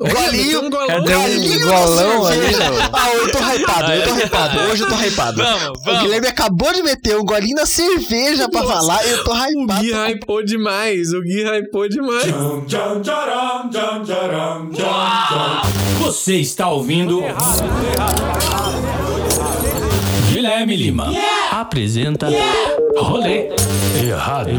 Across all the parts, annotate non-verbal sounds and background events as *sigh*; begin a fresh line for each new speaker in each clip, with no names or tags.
Golinho,
um golão.
Cadê
golinho
um
da
golão ali,
cerveja.
mano?
Ah, eu tô hypado, eu tô hypado. Hoje eu tô hypado.
Vamos,
O
vamos.
Guilherme acabou de meter um golinho da cerveja pra
Nossa.
falar, eu tô
O
hypado.
Gui hypou demais, o Gui hypou demais.
Você está ouvindo. Guilherme Lima apresenta Rolê Errado.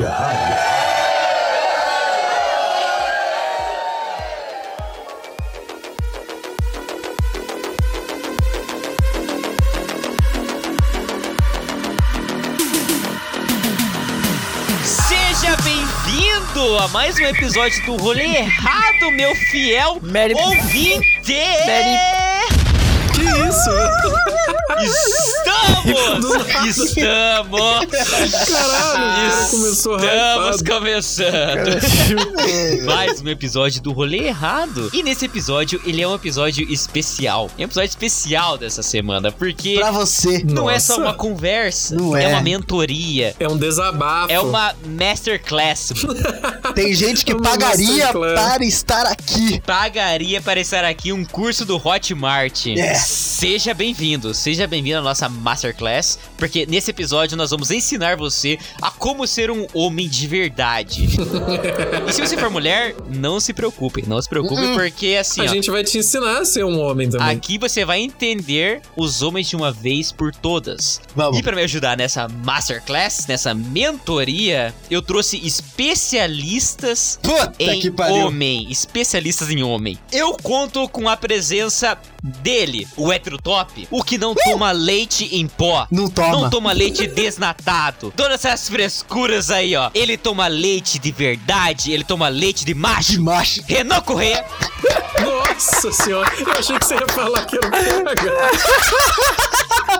Seja bem-vindo a mais um episódio do Rolê Errado, meu fiel
Mary-
ouvinte!
Que isso?
Estamos! Estamos!
Caralho, o cara começou
Estamos
hypado.
começando! Mais um episódio do Rolê Errado. E nesse episódio, ele é um episódio especial. É um episódio especial dessa semana, porque
Pra você.
não é só
Nossa.
uma conversa,
Não
é
é.
uma mentoria.
É um desabafo.
É uma masterclass,
Tem gente que
Uma
pagaria
masterclass.
para estar aqui.
pagaria para estar aqui um curso do Hotmart.
É.
Seja bem-vindo, seja bem-vindo à nossa Masterclass, porque nesse episódio nós vamos ensinar você a como ser um homem de verdade.
*laughs*
e se você for mulher, não se preocupe, não se preocupe,
Uh-uh.
porque assim,
A
ó,
gente vai te ensinar a ser um homem também.
aqui você vai entender os homens de uma vez por todas.
Vamos.
E pra me ajudar nessa Masterclass, nessa mentoria, eu trouxe especialistas
Puta
em um
que pariu.
homem, especialistas em homem. Eu conto com a presença dele, o heterotop, o que não toma leite em pó.
Não
Não
toma.
toma leite desnatado. Todas essas frescuras aí, ó. Ele toma leite de verdade, ele toma leite de
De
macho.
macho.
Renan Corrêa,
Nossa senhora, eu achei que você ia falar que era um PH.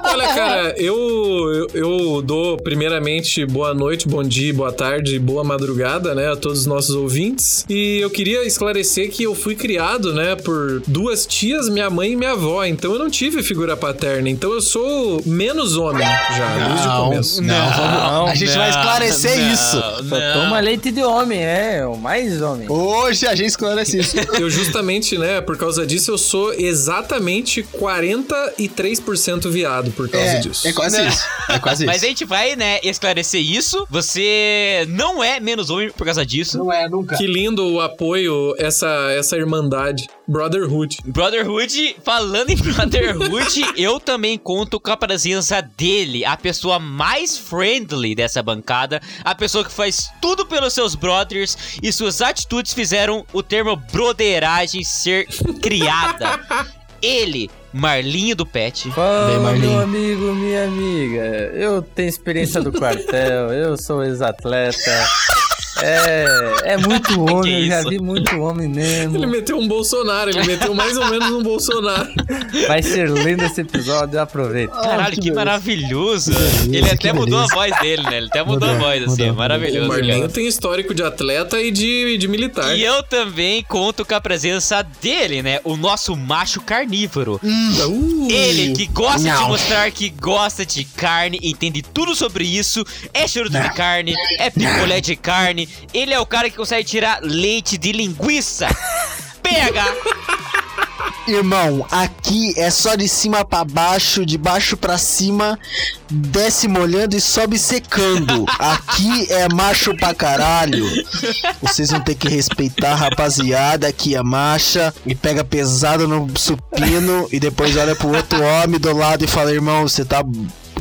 Olha, cara, eu, eu, eu dou primeiramente boa noite, bom dia, boa tarde, boa madrugada, né, a todos os nossos ouvintes. E eu queria esclarecer que eu fui criado, né, por duas tias, minha mãe e minha avó. Então eu não tive figura paterna. Então eu sou menos homem já, desde o
Não,
começo.
não, vamos-
não,
a gente vai esclarecer
não,
isso.
Só
não.
toma leite de homem, é. O mais homem.
Hoje a gente esclarece isso.
Eu justamente, né, por causa disso, eu sou exatamente 43% viado por causa
É,
disso.
é quase isso. É quase
Mas
isso.
a gente vai, né, esclarecer isso. Você não é menos homem por causa disso.
Não é, nunca.
Que lindo o apoio, essa, essa irmandade. Brotherhood.
Brotherhood, falando em Brotherhood, eu também conto com a presença dele, a pessoa mais friendly dessa bancada, a pessoa que faz tudo pelos seus brothers e suas atitudes fizeram o termo broderagem ser criada. Ele, Marlinho do Pet.
Fala,
Marlinho.
meu amigo, minha amiga. Eu tenho experiência do
*laughs*
quartel, eu sou ex-atleta. É, é muito homem, eu já
isso?
vi muito homem
Hum.
Ele
mesmo.
meteu um Bolsonaro, ele meteu mais ou menos um
*laughs*
Bolsonaro.
Vai ser lindo esse episódio, aproveita.
Caralho, que, maravilhoso. Ele
que
até mudou a
beleza.
voz dele, né? Ele até mudou, a
Mudou,
voz, assim.
mudou,
é
mudou.
O
maravilhoso. cara.
Marlinho tem histórico de atleta e de, de militar.
é-
E eu também conto com a presença dele, né? O nosso macho carnívoro.
*laughs*
Uh,
é
Ele que gosta de
Não.
mostrar que gosta de carne, entende tudo sobre isso, é charuto de carne, é picolé de carne, ele é o cara que consegue tirar leite de linguiça. Pega!
Irmão, aqui é só de cima pra baixo, de baixo pra cima, desce molhando e sobe secando. Aqui é macho pra caralho. Vocês vão ter que respeitar, rapaziada, que é macha e pega pesado no supino e depois olha pro outro homem do lado e fala: irmão, você tá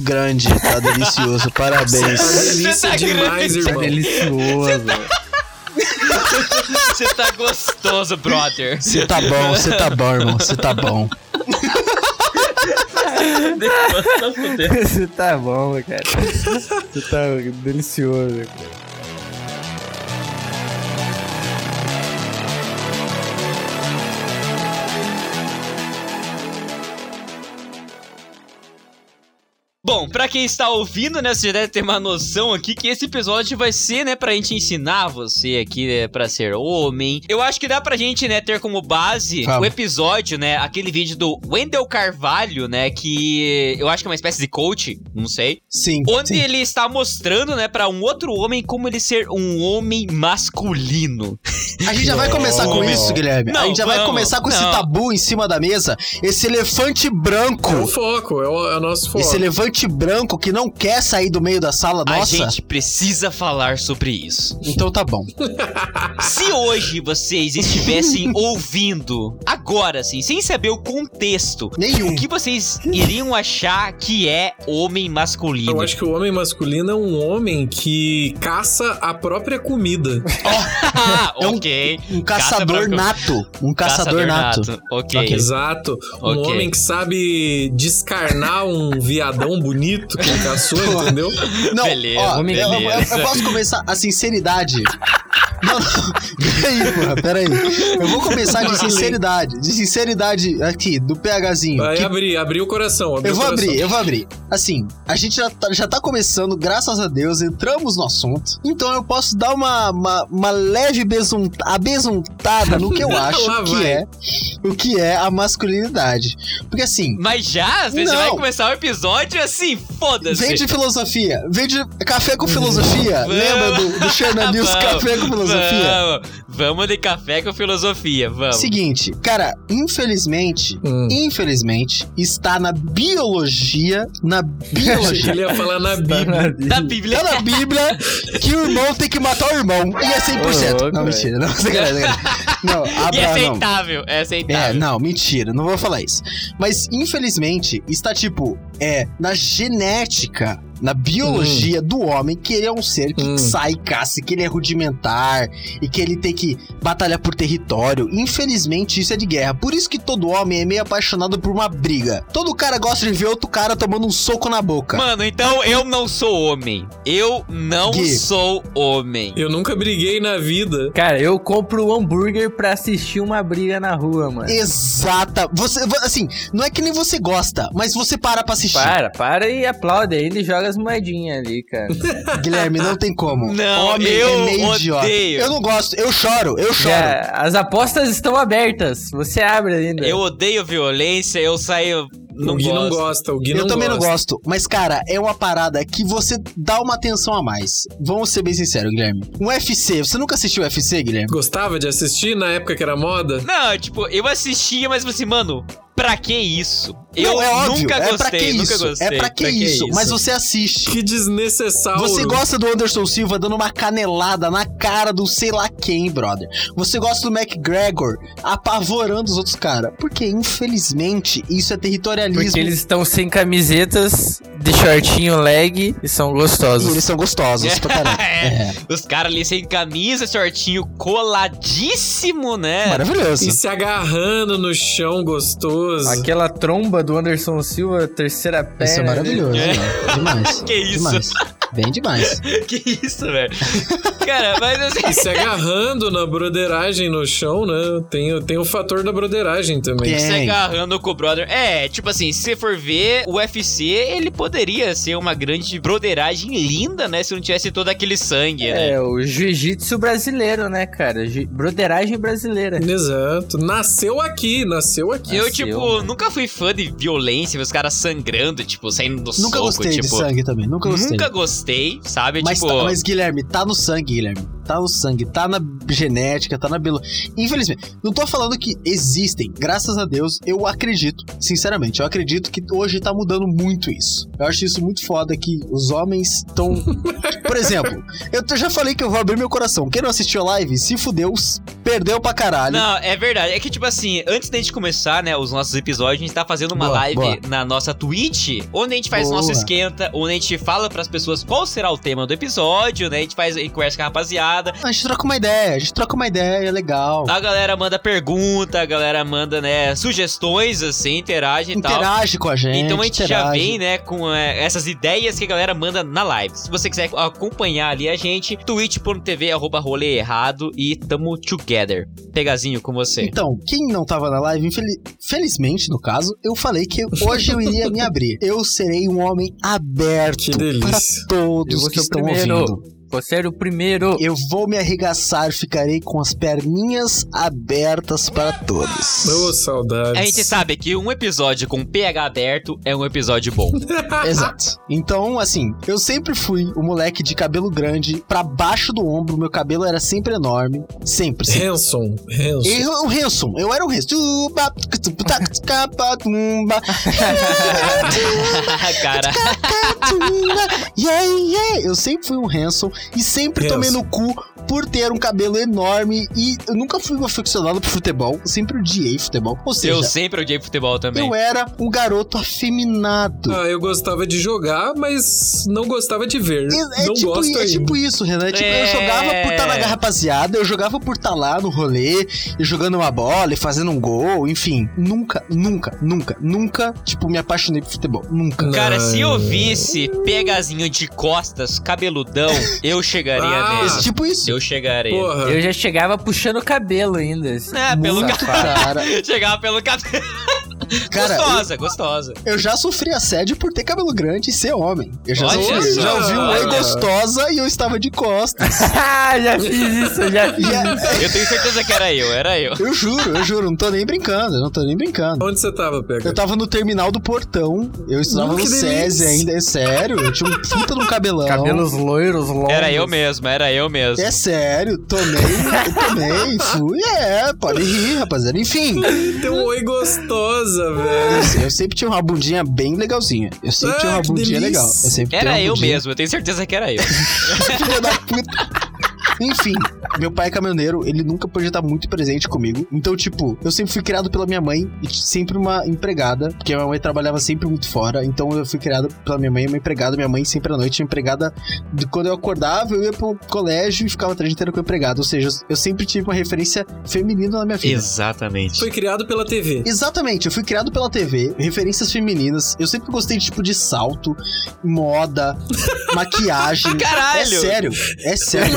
grande, tá delicioso, parabéns.
delícia
Você tá
demais,
grande.
irmão.
Delicioso.
tá Você tá gostoso, brother.
Você tá bom, você tá bom, irmão, você tá bom.
*laughs* Você tá bom, cara. Você tá delicioso, cara.
Bom, pra quem está ouvindo, né, você já deve ter uma noção aqui que esse episódio vai ser, né, pra gente ensinar você aqui, né, pra ser homem. Eu acho que dá pra gente, né, ter como base
Tá.
o episódio, né, aquele vídeo do Wendel Carvalho, né, que eu acho que é uma espécie de coach, não sei.
Sim.
Onde
sim.
ele está mostrando, né, pra um outro homem como ele ser um homem masculino.
A gente já vai começar com isso, Guilherme.
Não,
a gente já vai
vamos,
começar com esse
não.
tabu em cima da mesa. Esse elefante branco.
É o foco, é o, é o nosso foco.
Esse elefante branco que não quer sair do meio da sala
A
nossa.
gente precisa falar sobre isso.
Então tá bom.
Se hoje vocês
*laughs*
estivessem ouvindo, agora assim, sem saber o contexto,
Nenhum.
o *laughs* que vocês iriam achar que é homem masculino? *laughs*
Eu acho que o homem masculino é um homem que caça a própria comida.
Ah,
é um-
ok.
Um
Caça
caçador
branco.
nato. Um caçador, nato.
Ok.
Exato. Um
Ok.
homem que sabe descarnar um viadão bonito que ele caçou,
*laughs*
entendeu?
Não,
Beleza,
ó,
homem-
eu, eu- eu-
beleza.
eu posso começar a sinceridade. Não, não. *laughs* Peraí, porra, peraí. Eu vou começar de sinceridade. De sinceridade aqui, do PHzinho.
Vai
que
abrir, abrir o coração. abrir
Eu
o
vou
coração.
abrir, eu vou abrir. Assim, a gente já tá, já tá começando, graças a Deus, entramos no assunto. Então eu posso dar uma, uma, uma leve besun- abesuntada no que eu
*laughs* Lá
acho que
vai.
é o que é a masculinidade. Porque assim,
Mas já? Você já
Não.
vai começar o episódio assim?
vem
Foda-se.
de filosofia, vem de café com filosofia.
*laughs*
Vamos.
Lembra do, do Xana News
Vamos.
Café com Filosofia?
Vamos, vamos de café com filosofia, vamos.
Seguinte, cara, infelizmente,
Hum.
infelizmente, está na biologia,
*laughs*
na
Eu achei que
biologia,
ele ia falar na Bíblia.
Da
Tá
Bíblia.
na Bíblia que o irmão tem que matar o irmão. E é 100%.
Ô, louco,
não,
velho.
mentira. Não, *laughs* sacanagem, sacanagem. Não,
E é
Abra, não.
aceitável, é
É,
aceitável.
não, mentira, não vou falar isso. Mas, infelizmente, está tipo, é, na genética, na
Hum.
biologia do homem, que ele é um ser que
Hum.
sai e caça, que ele é rudimentar e que ele tem que batalhar por território. Infelizmente, isso é de guerra. Por isso que todo homem é meio apaixonado por uma briga. Todo cara gosta de ver outro cara tomando um soco na boca.
Mano, então eu não sou homem. Eu não
Gui.
sou homem.
Eu nunca briguei na vida.
Cara, eu compro um hambúrguer pra assistir uma briga na rua, mano.
É.
Exata. Você, vo- assim, não é que nem você gosta, mas você para pra assistir.
Para, para e aplaude. Aí ele joga as moedinhas ali, cara.
*laughs* Guilherme, não tem como.
Não,
Homem
eu
é meio idiota.
odeio. É.
Eu não gosto, eu choro, eu choro.
Já, as apostas estão abertas. Você abre ainda.
É.
Eu odeio violência, eu saio. Não
o Gui
gosto.
não gosta, o Gui
Eu
não
também não
gosta.
gosto, mas cara, é uma parada que você dá uma atenção a mais. Vamos ser bem sinceros, Guilherme. Um UFC, você nunca assistiu UFC, Guilherme?
Gostava de assistir na época que era moda?
Não, tipo, eu assistia, mas assim, mano, pra que isso? Eu
não, é óbvio,
nunca
é
gostei,
pra que
nunca
isso,
gostei.
É pra que, isso, mas você assiste.
Que desnecessário.
Você gosta do Anderson Silva dando uma canelada na cara do sei lá quem, brother. Você gosta do McGregor apavorando os outros caras. Porque, infelizmente, isso é territorialismo.
Porque eles estão sem camisetas, de shortinho leg e são
E
gostosos.
eles são gostosos pra caralho.
É.
É.
Os caras ali sem camisa, shortinho coladíssimo, né?
é Maravilhoso.
E se agarrando no chão gostoso.
Aquela tromba do Anderson Silva, terceira perna.
Isso é maravilhoso.
É.
né? Demais.
Que isso?
Demais. Bem demais.
*laughs* Que isso, velho? Cara, mas
E
assim.
se agarrando na broderagem no chão, né? Tem, tem o fator da broderagem também.
Tem.
Se agarrando com o brother. É, tipo assim, se você for ver, o UFC, ele poderia ser uma grande broderagem linda, né? Se não tivesse todo aquele sangue, né?
É, o jiu-jitsu brasileiro, né, cara? Ju- Broderagem brasileira.
Exato. Nasceu aqui, nasceu aqui.
Eu,
Nasceu,
tipo,
um-
mano.
nunca fui fã de violência, os caras sangrando, tipo, saindo do
Nunca
soco,
gostei
tipo.
de sangue também. Nunca gostei.
Nunca gostei, sabe?
mas,
tipo,
tá- mas, Guilherme, tá no sangue, Guilherme. Tá no sangue, tá na genética, tá na biologia. Infelizmente, não tô falando que existem. Graças a Deus, eu acredito, sinceramente, eu acredito que hoje tá mudando muito isso. Eu acho isso muito foda que os homens estão.
*laughs*
Por exemplo, eu t- já falei que eu vou abrir meu coração. Quem não assistiu a live, se fudeu, s- perdeu pra caralho.
Não, é verdade. É que, tipo assim, antes da gente começar, né, os nossos episódios, a gente tá fazendo uma
Boa,
live
boa.
na nossa Twitch, onde a gente faz o nosso
Boa.
esquenta, onde a gente fala pras pessoas qual será o tema do episódio, né? A gente faz e conversa com a bancada.
A gente troca uma ideia, a gente troca uma ideia, é legal.
A Então, galera manda pergunta, a galera manda, né, sugestões, assim, interage e tal.
Interage com a gente.
Então a gente já
interage.
vem, né, com é, essas ideias que a galera manda na live. Se você quiser acompanhar ali a gente, twitch.tv, arroba rolê errado e tamo together. Pegazinho com você.
Então, quem não tava na live, infeli- felizmente no caso, eu falei que hoje eu iria me abrir. Eu serei um homem aberto
Que
para
delícia.
Eu
todos
vou
que
ser o
estão
primeiro.
ouvindo.
Vou ser o primeiro.
Eu vou me arregaçar, ficarei com as perninhas abertas para todos.
Ô, saudades.
A gente sabe que um episódio com pH aberto é um episódio
*laughs*
bom.
Exato. Então, assim, eu sempre fui o moleque de cabelo grande, pra baixo do ombro, meu cabelo era sempre enorme. Sempre, sempre.
Hanson, Hanson.
Eu, o Hanson, eu era um o Hanson. Tuba, tuba, tuba, tuba,
Cara,
tuba, yeah, yeah. Eu sempre fui um Hanson e sempre tomei no cu por ter um cabelo enorme e eu nunca fui um aficionado por futebol, eu sempre odiei futebol. Ou
eu
seja,
sempre odiei futebol
eu,
também.
era um garoto afeminado.
Ah, eu gostava de jogar, mas não gostava de ver.
É, é
não
tipo,
gosto
é
ainda.
tipo isso, Renan. É tipo, eu
É.
jogava por estar na rapaziada, eu jogava por estar lá no rolê, e jogando uma bola e fazendo um gol, enfim. Nunca, nunca, nunca, nunca, tipo, me apaixonei por futebol. Nunca.
Cara, se eu visse pegazinho de costas, cabeludão, eu chegaria
Ah.
É
nele.
tipo isso.
Eu chegaria.
Porra.
Eu já chegava puxando o cabelo ainda. assim.
É, pelo
Muito, cara.
cabelo. *laughs* Chegava pelo cabelo.
Cara,
gostosa, gostosa.
Eu já sofri assédio por ter cabelo grande e ser homem. Eu já
Olha
sofri.
só.
Já ouvi um oi gostosa e eu estava de costas.
*laughs* Ah, já fiz isso, já fiz.
E é- *laughs*
Eu tenho certeza que era eu, era eu.
eu juro, eu juro, não tô nem brincando, eu não tô nem brincando.
Onde você tava, Pega?
Eu tava no terminal do portão, eu estudava
Hum,
no
que
SESI
delícia.
ainda, é sério, eu tinha um puta de um cabelão.
Cabelos loiros, longos.
Era eu
*laughs*
mesmo, era eu mesmo.
É sério, tomei, eu tomei, fui, é, pode rir, rapaziada. Enfim,
Tem um
*laughs*
oi gostosa, velho.
eu, eu sempre tinha uma bundinha bem legalzinha. Eu sempre
Ah,
tinha uma
que
bundinha
delícia.
legal. Eu sempre
Era
tenho uma
eu
bundinha.
mesmo, eu tenho certeza
*laughs*
que era eu.
filha da puta. Enfim, meu pai é caminhoneiro, ele nunca podia estar muito presente comigo. Então, tipo, eu sempre fui criado pela minha mãe, e t- sempre uma empregada, porque a minha mãe trabalhava sempre muito fora. Então, eu fui criado pela minha mãe, uma empregada. Minha mãe sempre à noite, uma empregada. De quando eu acordava, eu ia pro colégio e ficava a tarde inteira com a empregada. Ou seja, eu sempre tive uma referência feminina na minha vida.
Exatamente.
Foi criado pela TV.
Exatamente, eu fui criado pela TV, referências femininas. Eu sempre gostei de tipo de salto, moda, maquiagem. É
Ah, Caralho!
sério, é sério.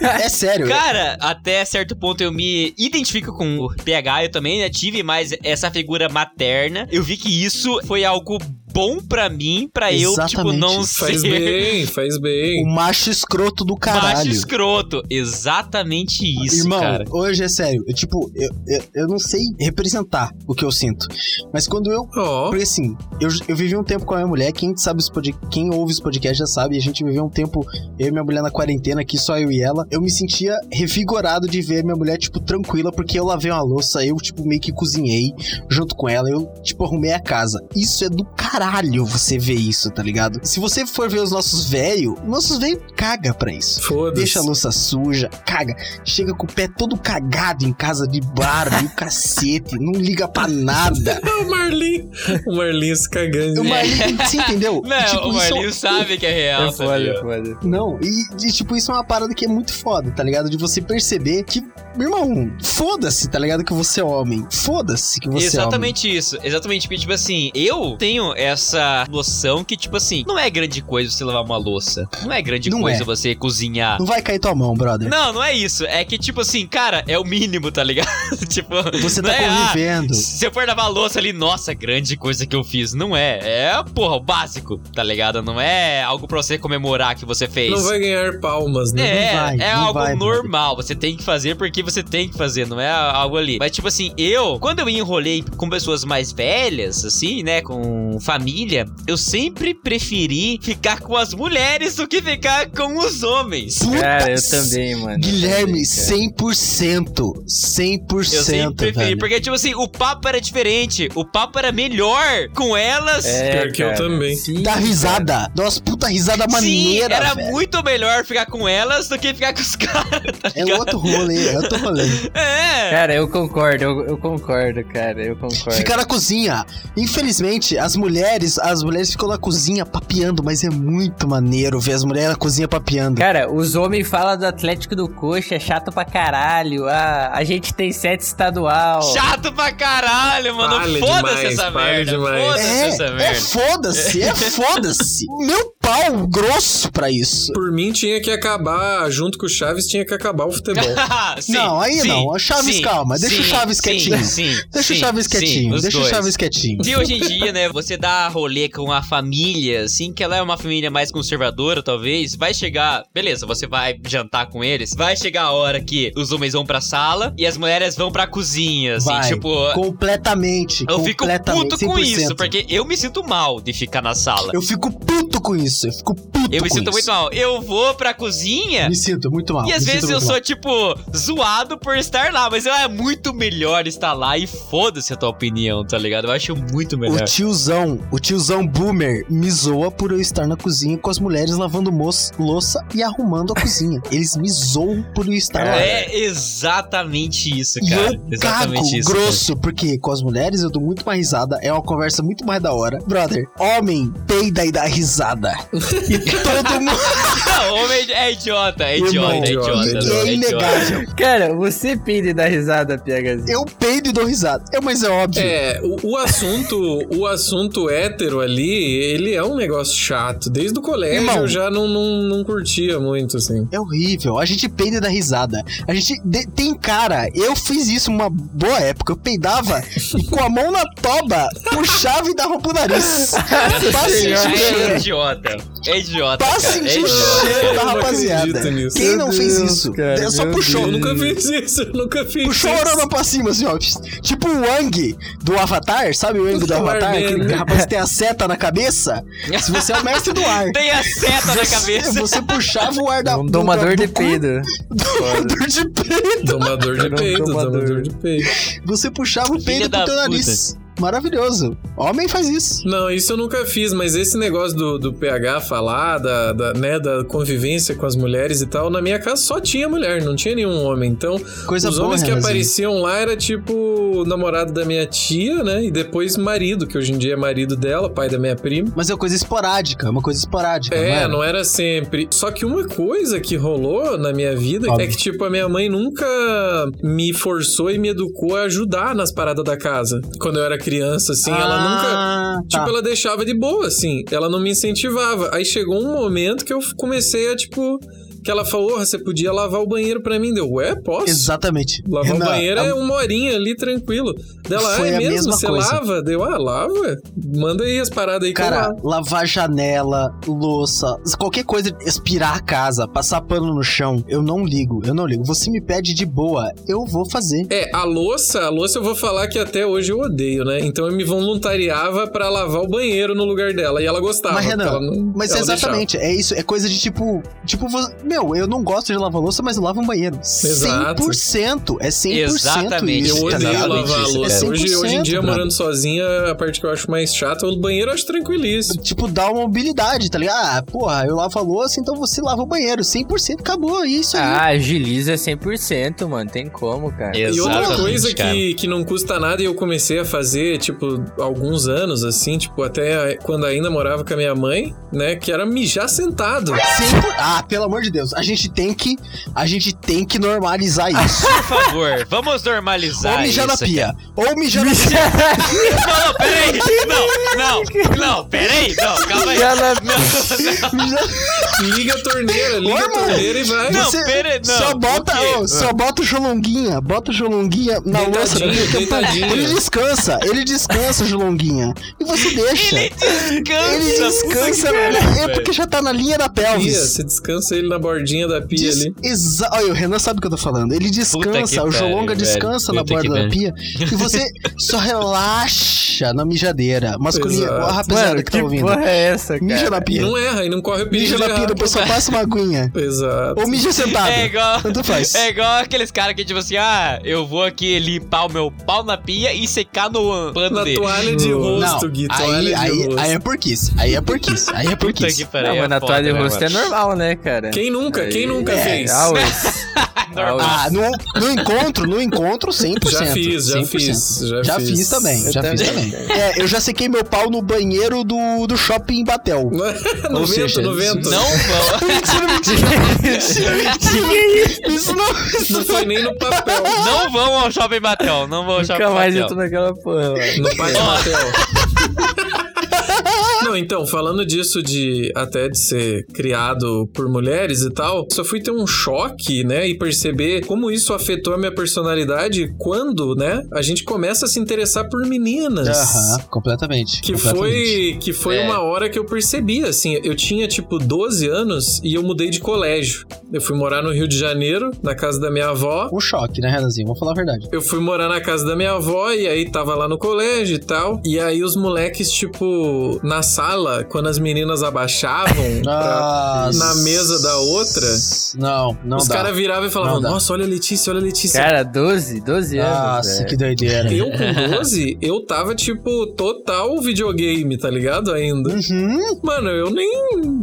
É sério.
Cara, até certo ponto eu me identifico com o PH, eu também né, tive mais essa figura materna. Eu vi que isso foi algo bom pra mim, pra eu, tipo,
Exatamente.
não
Faz
*laughs* ser
bem, faz
O
bem.
macho escroto do
macho
caralho.
escroto. Exatamente isso,
Irmão,
cara.
hoje é sério. Eu, tipo, eu, eu, eu não sei representar o que eu sinto. Mas quando eu.
Ó,
Porque assim, eu, eu vivi um tempo com a minha mulher. Quem sabe os pod... quem ouve os podcasts já sabe. A gente viveu um tempo, eu e minha mulher na quarentena, aqui só eu e ela. Eu me sentia revigorado de ver minha mulher, tipo, tranquila, porque eu lavei uma louça, eu, tipo, meio que cozinhei junto com ela, eu, tipo, arrumei a casa. Isso é do caralho você ver isso, tá ligado? Se você for ver os nossos velhos, nossos velhos caga pra isso. Deixa a
foda-se.
louça suja, caga, chega com o pé todo cagado em casa de barba e o *laughs* cacete, não liga pra nada.
Ah, o Marlin. O Marlin se cagando.
O Marlin, você
*laughs*
entendeu?
É. Não,
Tipo,
o
isso é-
Marlinho sabe que é real,
É
sabia?
foda, foda.
*laughs* Não, e, e, tipo, isso é uma parada que é muito foda, tá ligado? De você perceber que, irmão, foda-se, tá ligado? Que você é homem. Foda-se que você
Exatamente isso, exatamente, porque, tipo assim, eu tenho essa noção que, tipo assim, não é grande coisa você lavar uma louça, não é grande
Não
coisa
é.
você cozinhar,
é homem. Não vai cair tua mão, brother.
Não, não é isso. É que, tipo assim, cara, é o mínimo, tá ligado? *laughs* tipo,
Você
não
tá
é, ah,
convivendo.
se eu for lavar a louça ali, nossa, grande coisa que eu fiz. Não é. É, porra, o básico, tá ligado? Não é algo pra você comemorar que você fez.
Não vai ganhar palmas, né?
É,
Não vai,
é
não
algo
vai, brother.
normal. Você tem que fazer porque você tem que fazer, não é algo ali. Mas, tipo assim, eu, quando eu enrolei com pessoas mais velhas, assim, né, com família, eu sempre preferi ficar com as mulheres do que ficar com os homens.
Puta
Cara, eu
s-
também, mano.
Guilherme,
Eu
100%. 100%.
Eu sempre preferi,
velho.
porque, tipo assim, o papo era diferente. O papo era melhor com elas.
É,
também, É, cara.
Pior que eu também.
Sim,
Da
cara.
risada. Nossa, puta risada é maneira,
Sim, era
velho.
muito melhor ficar com elas do que ficar com os *laughs* caras, tá
É
ligado?
outro rolê, é outro rolê.
É.
Cara, eu concordo, eu, eu concordo, cara, eu concordo.
Ficar na cozinha. Infelizmente, as mulheres, as mulheres ficam na cozinha papeando, mas é muito maneiro ver as mulheres na cozinha papeando.
Cara, os homens falam do Atlético do Coxa, é chato pra caralho. Ah, a gente tem sete estadual.
Chato pra caralho, mano.
Vale
Foda-se
demais,
essa
vale
merda.
demais.
Foda-se essa
É, é
merda.
foda-se,
*laughs*
é foda-se. Meu pau grosso pra isso.
Por mim, tinha que acabar, junto com o Chaves, tinha que acabar o futebol.
*laughs*
*laughs* Sim,
Não, aí
sim,
não. O Chaves,
sim,
calma, deixa o
sim,
Chaves
sim,
quietinho.
Sim,
Deixa o
sim,
Chaves
sim,
quietinho,
os
deixa o
dois. *laughs*
Chaves quietinho.
Se hoje em dia, né, você dá rolê com a família, assim, que ela é uma família mais conservadora, talvez, vai chegar. Beleza, você vai jantar com eles, vai chegar a hora que os homens vão pra sala e as mulheres vão pra cozinha, assim,
Vai,
tipo.
completamente.
Eu fico
completamente,
puto com
100%.
isso, porque eu me sinto mal de ficar na sala.
Eu fico puto com isso, eu fico puto
Eu
com
me sinto
isso.
muito mal. Eu vou pra cozinha.
Me sinto muito mal.
E às
me
vezes
sinto
eu
muito
sou, tipo, zoado por estar lá, mas é muito melhor estar lá e foda-se a tua opinião, tá ligado? Eu acho muito
mal. O
melhor.
tiozão, o tiozão boomer me zoa por eu estar na cozinha com as mulheres lavando mo- louça e arrumando a cozinha. Eles me zoam por eu estar lá.
É exatamente isso,
E
cara.
eu cago
exatamente isso. né?
grosso, porque com as mulheres eu dou muito mais risada, é uma conversa muito mais da hora. Brother, homem peida e dá risada. E todo mundo.
Cara. *laughs* Não, homem é idiota, é idiota,
Irmão,
é idiota.
idiota,
não,
é
idiota.
inegável.
Cara, você pede dar risada, PHZ.
Eu peido e dou risada. É, mas é óbvio.
É, o, o assunto, o assunto hétero ali, ele é um negócio chato. Desde o colégio
Irmão.
eu já não, não, não curtia muito, assim.
É horrível. A gente peida da risada. A gente de- tem cara. Eu fiz isso uma boa época. Eu peidava e com a mão na toba puxava e dava pro nariz. pra sentir o
É
cheiro.
idiota, é idiota.
Pra
cara, é
sentir o
idiota.
cheiro da
Eu não
rapaziada.
acredito nisso.
Quem
Meu
não fez
Deus,
isso?
cara,
Só
meu
puxou.
Eu
Hum.
nunca fiz isso, eu nunca fiz
Puxou a
isso.
orelha pra cima, assim, ó. Tipo o Wang do Avatar, sabe o Wang do Avatar? Aquele rapaz que tem a seta na cabeça. Se você é o mestre do ar.
Tem a *laughs* seta na cabeça.
Você puxava o ar da
É um domador
do- do
de
cu-
peido.
Domador de peido.
Domador de
Era um
peito,
domador.
domador de peito.
Você puxava o
Filha
peido
da
pro teu
puta.
nariz. Maravilhoso. Homem faz isso.
Não, isso eu nunca fiz, mas esse negócio do, do PH falar, da, da, né, da convivência com as mulheres e tal, na minha casa só tinha mulher, não tinha nenhum homem. Então,
Coisa
os
boa,
homens que
Renanzinho.
apareciam lá era tipo o namorado da minha tia, né? E depois marido, que hoje em dia é marido dela, pai da minha prima.
Mas é uma coisa esporádica, é uma coisa esporádica.
É,
não
não era sempre. Só que uma coisa que rolou na minha vida
Óbvio.
é que, tipo, a minha mãe nunca me forçou e me educou a ajudar nas paradas da casa. Quando eu era criança, assim,
Ah,
ela nunca.
tá.
Tipo, ela deixava de boa, assim. Ela não me incentivava. Aí chegou um momento que eu comecei a, tipo. Que ela falou, "Porra, você podia lavar o banheiro pra mim. Deu, ué, posso?
Exatamente.
Lavar
Renan, um
o banheiro
a-
é uma horinha ali, tranquilo. Dela, ah,
Foi
é
a
mesmo?
mesma
Você
coisa.
lava? Deu, ah, lava. Manda aí as paradas aí que eu
Cara,
lavo."
lavar janela, louça, qualquer coisa, espirar a casa, passar pano no chão, eu não ligo, eu não ligo. Você me pede de boa, eu vou fazer.
É, a louça, a louça eu vou falar que até hoje eu odeio, né? Então eu me voluntariava pra lavar o banheiro no lugar dela. E ela gostava.
mas Renan,
porque ela não-
mas
ela
exatamente, é isso, é coisa de tipo, tipo, vo- meu, eu não gosto de lavar louça, mas eu lavo um banheiro.
Exato.
100%, é 100%
Exatamente,
isso,
Eu
tá
odeio
ligado?
lavar a
isso,
louça.
cara.
hoje, hoje em dia,
100%, brother.
morando sozinha, a parte que eu acho mais chata, o banheiro eu acho tranquilíssimo.
Tipo, dá uma mobilidade, tá ligado? Ah, porra, eu lavo a louça, então você lava o banheiro. 100% acabou, é isso aí.
Ah, agiliza 100%, mano. Tem como, cara.
E outra
Exatamente,
coisa
cara.
que, que não custa nada e eu comecei a fazer, tipo, alguns anos, assim, tipo, até quando ainda morava com a minha mãe, né, que era mijar sentado.
Cem por- Ah, pelo amor de Deus. A gente tem que. A gente tem que normalizar
*laughs*
isso.
Por favor, vamos normalizar
Ou mijar na
isso.
pia. Ou mijar na pia.
*laughs*
Não, não, peraí. Não, não, não, peraí. Não, calma aí.
Mijar na-
Não,
Liga a torneira, liga a
irmão,
torneira e vai.
Não, pera- não,
Só bota,
por quê? Ah.
ô, só bota o Jolonguinha. Bota o Jolonguinha na louça. né?
Deitadinho, deitadinho.
Ele descansa. Ele descansa, Jolonguinha. E você deixa.
Ele descansa.
Ele descansa.
né?
é porque já tá na linha da
Pia,
pelvis.
você descansa ele na bordinha da pia
Des-
ali.
exa- Olha, o Renan sabe o que eu tô falando. Ele descansa, o
pariu,
Jolonga
velho.
descansa na
Puta
borda
que
da
pariu.
pia e você só relaxa na mijadeira. Masculina,
Exato.
a rapaziada
Mano,
que tá
que
ouvindo.
porra é essa, cara?
Mija na
E
pia.
não erra, e não corre o perigo
Mija
de
na pia,
errar.
depois só passa uma aguinha.
Exato.
Ou mija sentado.
É igual.
Tanto faz.
É igual aqueles caras que, tipo assim, ah, eu vou aqui limpar o meu pau na pia e secar no pano
Na
dele.
toalha de
Não,
rosto, Gui,
aí,
toalha de
aí,
rosto.
aí é porquês. Aí é porquês. Aí é
Puta
porquês.
que
Não,
pariu.
mas na
é foda,
toalha de
né,
rosto é
mano?
normal, né, cara?
Quem nunca? Quem nunca
É,
fez?
always.
normal.
Ah, no, no encontro, no encontro, 100%.
Já fiz, já
100%.
fiz, já
Já
fiz.
fiz também,
*laughs*
Eu
já fiz
também.
também. É, eu já sequei meu pau no banheiro do, do shopping
*laughs*
Batel.
no
Ou
vento,
seja,
no
né?
vento.
Não vão.
mentira, mentira.
*laughs*
mentira. Isso não, isso
Não foi nem no papel,
Não vão ao Shopping Batel. Não vão ao Shopping
Nunca mais
Batel.
eu tô naquela porra, mano.
*laughs*
no pátio
Ó.
papel. Não, então, falando disso de até de ser criado por mulheres e tal, só fui ter um choque, né, e perceber como isso afetou a minha personalidade quando, né, a gente começa a se interessar por meninas.
é Aham, completamente.
Que
completamente.
foi, que foi
É.
uma hora que eu percebi, assim, eu tinha tipo 12 anos e eu mudei de colégio. Eu fui morar no Rio de Janeiro, na casa da minha avó.
um choque, né, Renanzinho? Vamos falar a verdade.
Eu fui morar na casa da minha avó e aí tava lá no colégio e tal. E aí os moleques, tipo, na sala, quando as
*laughs*
meninas abaixavam pra- na mesa da outra,
Não, Ah, não
os
dá.
caras viravam e falavam:
Não dá.
Nossa, olha a Letícia, olha a Letícia.
Cara, 12,
é
12 anos.
Nossa,
velho.
que doideira.
Eu com
*laughs*
12, eu tava, tipo, total videogame, tá ligado? Ainda.
Uhum.
Mano, eu nem,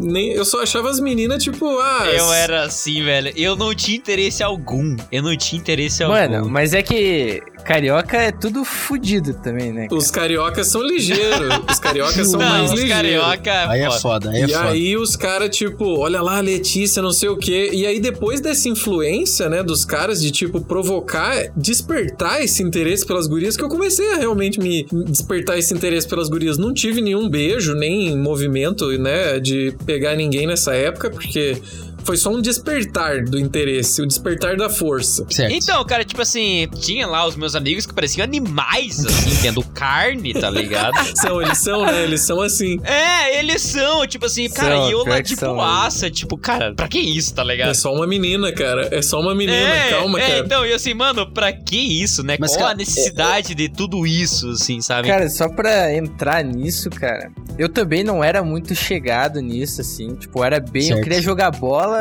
nem. Eu só achava as meninas, tipo, ah.
Eu
s-
era assim, velho. Eu não tinha interesse algum. Eu não tinha interesse algum.
Mano, mas é que carioca é tudo fudido também, né? cara?
Os cariocas são ligeiros. Os cariocas são
não,
mais
os
ligeiros.
carioca.
Aí é
pô,
foda, aí é
e
foda.
aí os caras, tipo, olha lá, Letícia, não sei o quê. E aí, depois dessa influência, né, dos caras de, tipo, provocar, despertar esse interesse pelas gurias, que eu comecei a realmente me despertar esse interesse pelas gurias. Não tive nenhum beijo, nem movimento, né, de pegar ninguém nessa época, porque foi só um despertar do interesse, o despertar da força.
Certo.
Então, cara, tipo assim, tinha lá os meus amigos que pareciam animais, assim, tendo carne, tá ligado?
São, eles são, né? Eles são assim.
É, eles são, tipo assim, cara,
São,
e eu lá
pior que
de
são, né?
boaça, tipo, cara, pra que isso, tá
É
ligado?
só uma menina, cara. É só uma menina. Calma,
é,
cara.
então, e assim, mano, pra que isso, né?
Mas,
Qual
cara,
a necessidade de tudo isso, assim, sabe?
é, Cara, só pra entrar nisso, cara, eu também não era muito chegado nisso, assim. Tipo, eu era bem.
Certo.
Eu queria jogar
*laughs*
bola,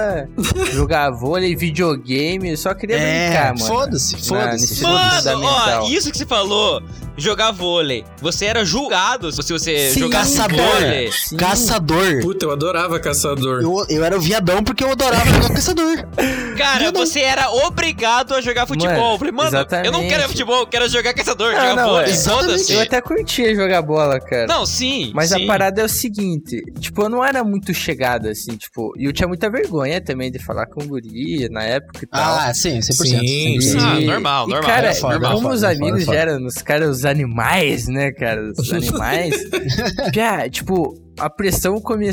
jogar vôlei, videogame, eu só queria brincar, mano.
É, foda-se,
nesse-
foda-se.
Mano, ó,
é fundamental.
isso que você falou, jogar vôlei. Você era julgado se você
Sim,
jogasse
caçador.
vôlei.
Sim.
Caçador.
Puta, eu adorava caçador.
Eu, eu era o viadão porque eu adorava jogar caçador.
Cara,
Viadão.
você era obrigado a jogar futebol.
Mano,
eu falei, mano, eu não
exatamente.
quero futebol, eu quero jogar caçador,
Não,
jogar
não,
vôlei,
é.
foda-se.
Eu até curtia jogar bola, cara.
assim. Não, sim.
Mas
sim.
a parada é o seguinte, tipo, eu não era muito chegado, assim, tipo, e eu tinha muita vergonha também de falar com guria na época e tal.
Ah, sim, 100%.
Sim,
E-
Ah, normal,
e,
normal,
Cara,
é foda, é
como
foda,
os
é foda,
amigos
é foda.
já eram os caras, os animais, né, cara? Os animais. já, tipo, a pressão come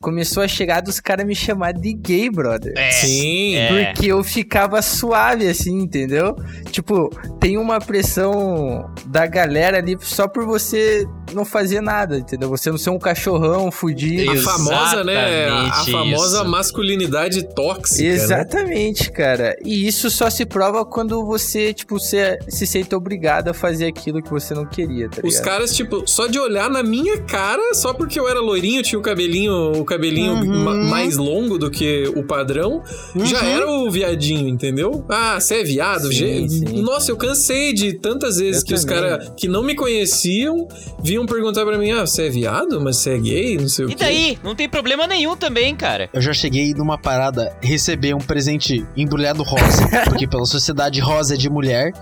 começou a chegar dos caras me chamar de gay, brother.
É,
Sim.
é.
Porque eu ficava suave, assim, entendeu? Tipo, tem uma pressão da galera ali só por você não fazer nada, entendeu? Você não ser um cachorrão fudido.
A famosa, né? A a
Exatamente
famosa
isso.
masculinidade tóxica. Né?
Exatamente, cara. E isso só se prova quando você, tipo, se, se sente obrigado a fazer aquilo que você não queria, tá
Os
ligado?
caras, tipo, só de olhar na minha cara, só porque eu era loirinho, tinha o cabelinho, o cabelinho
Uhum.
ma- mais longo do que o padrão, já
Uhum.
era um- o viadinho, entendeu? Ah, você é viado?
Sim,
Je-
sim.
Nossa, eu cansei de tantas vezes
Eu
que os
também.
caras que não me conheciam vinham perguntar pra mim: ah, você é viado? Mas você é gay? Não sei o
E
quê.
daí? Não tem problema nenhum também, cara.
Eu já cheguei numa parada, receber um presente embrulhado rosa, porque pela sociedade rosa é de mulher,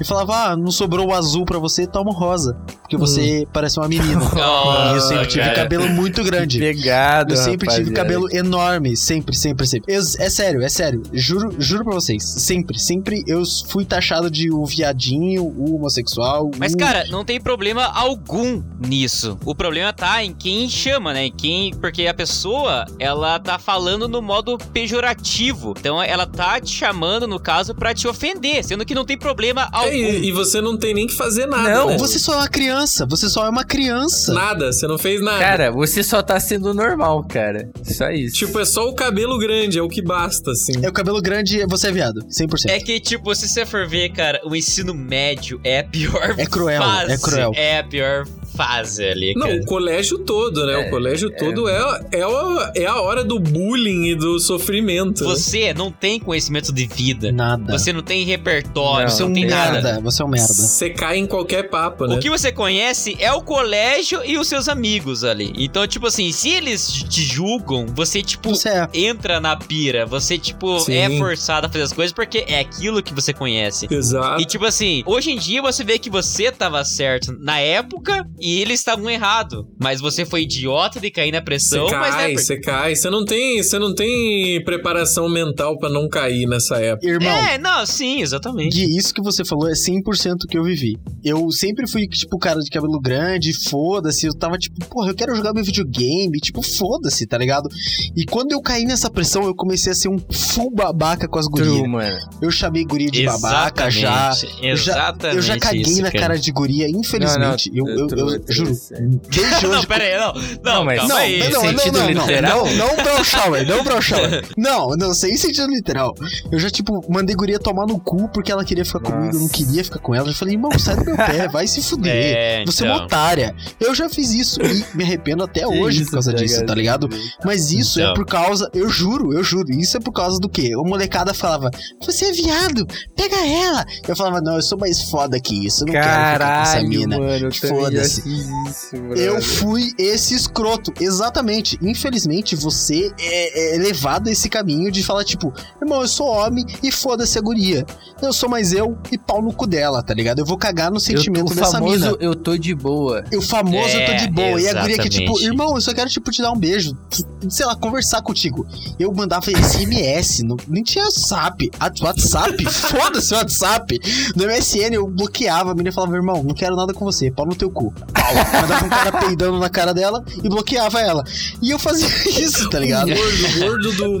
e falava, ah, não sobrou o azul pra você, toma o rosa, porque você parece uma menina.
*laughs* Nossa,
e eu sempre tive
Ah, cara.
cabelo muito grande.
Pegado,
Eu sempre tive
rapaziada.
cabelo enorme, sempre, sempre, sempre. Eu- é sério, é sério. Juro, juro pra vocês. Sempre, sempre eu fui taxado de o viadinho, o homossexual. um-
Mas,
o-
cara, não tem problema algum nisso. O problema tá em quem chama, né? Em Quem. Porque a pessoa, ela tá falando no modo pejorativo. Então, ela tá te chamando, no caso, pra te ofender. Sendo que não tem problema algum.
É, e, e você não tem nem que fazer nada.
Não,
né?
Você só é uma criança, você só é uma criança.
Nada, você não fez nada.
Cara, você só tá sendo normal, cara. Só isso.
Tipo, é só o cabelo grande, é o que basta, assim.
É o cabelo grande, você é viado, 100%.
É que, tipo, se você for ver, cara, o ensino médio é a pior
É cruel,
fase.
é cruel.
É a pior fase ali,
Não,
cara.
o colégio todo, né? o colégio todo é, é, a- é a hora do bullying e do sofrimento. né?
Você é não tem conhecimento de vida.
Nada.
Você é um não tem repertório,
Não,
você
Você é
não
um
tem
merda.
nada.
Você é um merda.
Você cai em qualquer papo,
Tipo,
né?
O que você conhece é o colégio e os seus amigos ali. Então, tipo assim, se eles te julgam, você, tipo,
Você é.
entra na pira. Você, tipo,
Sim.
é forçado a fazer as coisas porque é aquilo que você conhece.
Exato.
Ah.
E tipo assim, hoje em dia você vê que você tava certo na época e eles estavam errado. Mas você foi idiota de cair na
Você
pressão, mas né,
cai,
porque-
você cai. Você não tem, você não tem preparação mental pra não cair nessa época.
Irmão,
É, não, sim, exatamente.
Gui, isso que você falou é 100% que eu vivi. Eu sempre fui, tipo, cara de cabelo grande, foda-se. Eu tava tipo, porra, eu quero jogar meu videogame, tipo, foda-se, tá ligado? E quando eu caí nessa pressão, eu comecei a ser um full babaca com as gurias.
True, mano.
Eu chamei guria de babaca já. Eu já-
Exatamente.
Eu já caguei
isso,
na cara. de guria, infelizmente.
Não, não,
eu, eu, eu,
true, true,
juro,
sim.
desde
Não,
hoje.
pera aí, não. Não,
Não, mas-
calma
Não,
aí.
não, não,
sentido
não, não,
literal?
não, não, brown shower, não brown shower.
*laughs*
Não, não, sem sentido literal. Eu já, tipo, mandei guria tomar no cu porque ela queria ficar comigo, eu não
Nossa.
queria ficar com ela. Eu falei, irmão, sai do meu
*laughs*
pé, vai se fuder.
É,
Você é
então.
uma otária. Eu já fiz isso e me arrependo até
Que
hoje
isso,
por causa disso, tá ligado? Mas isso
Então.
é por causa, eu juro, eu juro, isso é por causa do quê? O molecada falava, você é viado, pega ela. Eu falava, não, eu sou mais foda que isso, eu não quero ficar com essa
Caralho,
mina.
mano, eu também já
Foda-se.
fiz isso, brother.
Eu fui esse escroto, exatamente. Infelizmente, você é, é levado a esse caminho de falar, tipo, irmão, eu sou homem e foda-se a guria. Eu sou mais eu e pau no cu dela, tá ligado? Eu vou cagar no sentimento
eu tô, o
dessa
famoso,
mina.
Eu tô de boa.
E o famoso eu tô de
É,
boa. E a guria que, tipo,
exatamente.
irmão, eu só quero, tipo, te dar um beijo. Sei lá, conversar contigo. Eu mandava SMS, não, nem tinha WhatsApp. A- WhatsApp? *laughs* Foda-se o WhatsApp. No MSN eu bloqueava, a menina falava, irmão, não quero nada com você, pau no teu cu. Pau. Mandava um cara peidando na cara dela e bloqueava ela. E eu fazia *laughs* isso, tá ligado?
O gordo, gordo do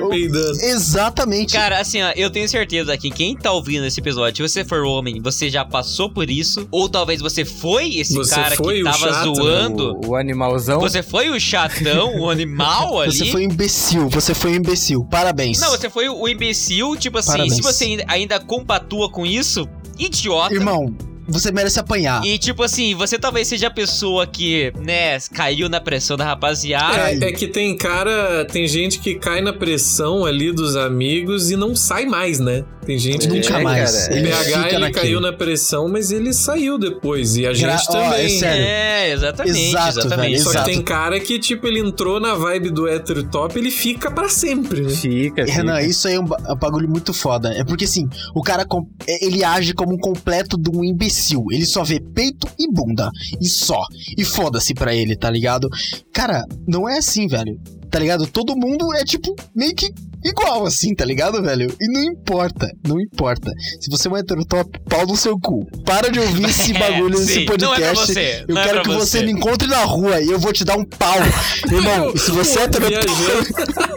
É, o-
peidando.
Exatamente.
Cara, assim, ó, eu tenho certeza que quem tá ouvindo esse episódio, se você for homem, você já passou por isso, ou talvez você foi esse
Você
cara
foi
que
o
tava
chato,
zoando.
O, o animalzão.
Você foi o chatão, o animal ali.
*laughs* Você foi um imbecil, você foi um imbecil. Parabéns.
Não, você foi o imbecil, tipo assim,
Parabéns.
se você ainda, ainda compatua com isso, idiota.
Irmão, tá. você merece apanhar.
E tipo assim, você talvez seja a pessoa que, né, caiu na pressão da rapaziada.
É, é que tem cara, tem gente que cai na pressão ali dos amigos e não sai mais, né? Tem gente que
Nunca
É,
mais.
cara,
O
ele
BH
fica
ele
naquilo.
caiu na pressão, mas ele saiu depois. E a gente
Gra- ó,
também.
é sério.
É, exatamente,
Exato,
exatamente.
velho,
Só
exato.
que tem cara que, tipo, ele entrou na vibe do hétero top, ele fica pra sempre, né?
Fica, fica.
Renan, isso aí é um, ba- é um bagulho muito foda. É porque assim, o cara com- é- ele age como um completo de um imbecil. Ele só vê peito e bunda. E só. E foda-se pra ele, tá ligado? Cara, não é assim, velho. Tá ligado? Todo mundo é tipo meio que igual assim, tá ligado, velho? E não importa, não importa. Se você é um heterotop, pau no seu cu. Para de
*laughs*
ouvir esse
É,
bagulho, esse
sim, não é pra
podcast.
você,
eu
não é
quero
pra
que você.
você.
me encontre na rua e eu vou te dar um
*laughs*
pau. Irmão, se você é heterotop.
Viajando.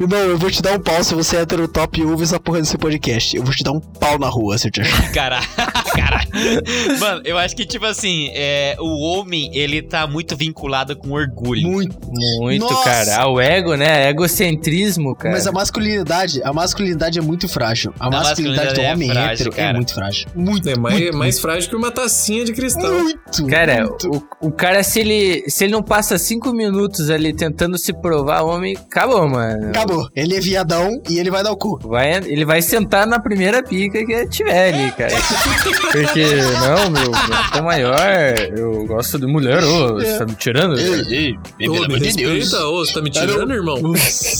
Irmão, eu vou te dar um pau se você é hétero top e ouve essa porra desse podcast. Eu vou te dar um pau na rua se eu te achar.
Cara, *laughs* cara. Mano, eu acho que, tipo assim, é, o homem, ele tá muito vinculado com orgulho.
Muito.
Muito,
Nossa!
cara. Ah, O ego, né? Egocentrismo, cara.
Mas a masculinidade, a masculinidade é muito frágil. A, masculinidade,
masculinidade
do
é
homem
frágil,
hétero é
cara.
muito frágil.
*laughs*
Muito.
É mais,
muito,
mais frágil que uma tacinha de cristal.
muito.
Cara,
muito.
o, o cara, se ele, se ele não passa cinco minutos ali tentando se provar homem, acabou, mano.
Acabou. Ele é viadão e ele vai dar o cu.
Vai, ele vai sentar na primeira pica que tiver
*laughs*
ali, cara. Porque, não, meu, eu sou maior, eu gosto de mulher, ô, você tá me tirando?
ei,
Ô, me respeita, ô, você tá me tirando, irmão?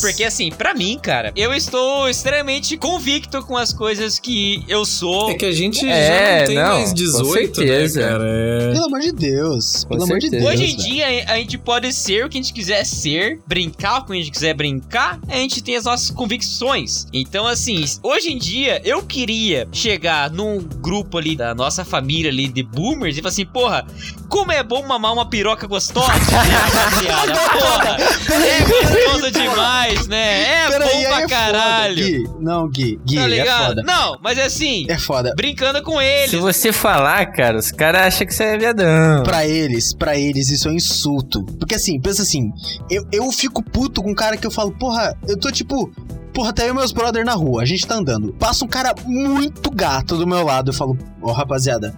Porque assim, pra mim, cara, eu estou extremamente convicto com as coisas que eu sou.
É que a gente já
É,
não tem
não,
mais
com
18, né,
certeza.
cara? É.
*laughs* Pelo amor de Deus. Pelo amor de Deus.
certeza.
né?
Hoje em
velho.
dia, a gente pode ser o que a gente quiser ser, brincar com o que a gente quiser brincar, a gente tem as nossas convicções. Então, assim, hoje em dia, eu queria chegar num grupo ali da nossa família ali de boomers e falar assim, porra, como é bom mamar uma piroca gostosa, *laughs* né, rapaziada? Porra,
*laughs*
é gostoso demais, né? É
Pera aí,
bom
aí é
pra
foda,
caralho.
Gui. Não, Gui. Gui,
Tá
é
ligado?
foda.
Não, mas é assim,
É foda.
brincando com
*laughs*
ele.
Se você falar, cara, os caras acham que você é viadão.
Pra eles, pra eles, isso é um insulto. Porque assim, pensa assim, eu, eu fico puto com um cara que eu falo, porra, eu tô tipo. Porra, até eu e meus brother na rua, a gente tá andando. Passa um cara muito gato do meu lado, eu falo, ó rapaziada,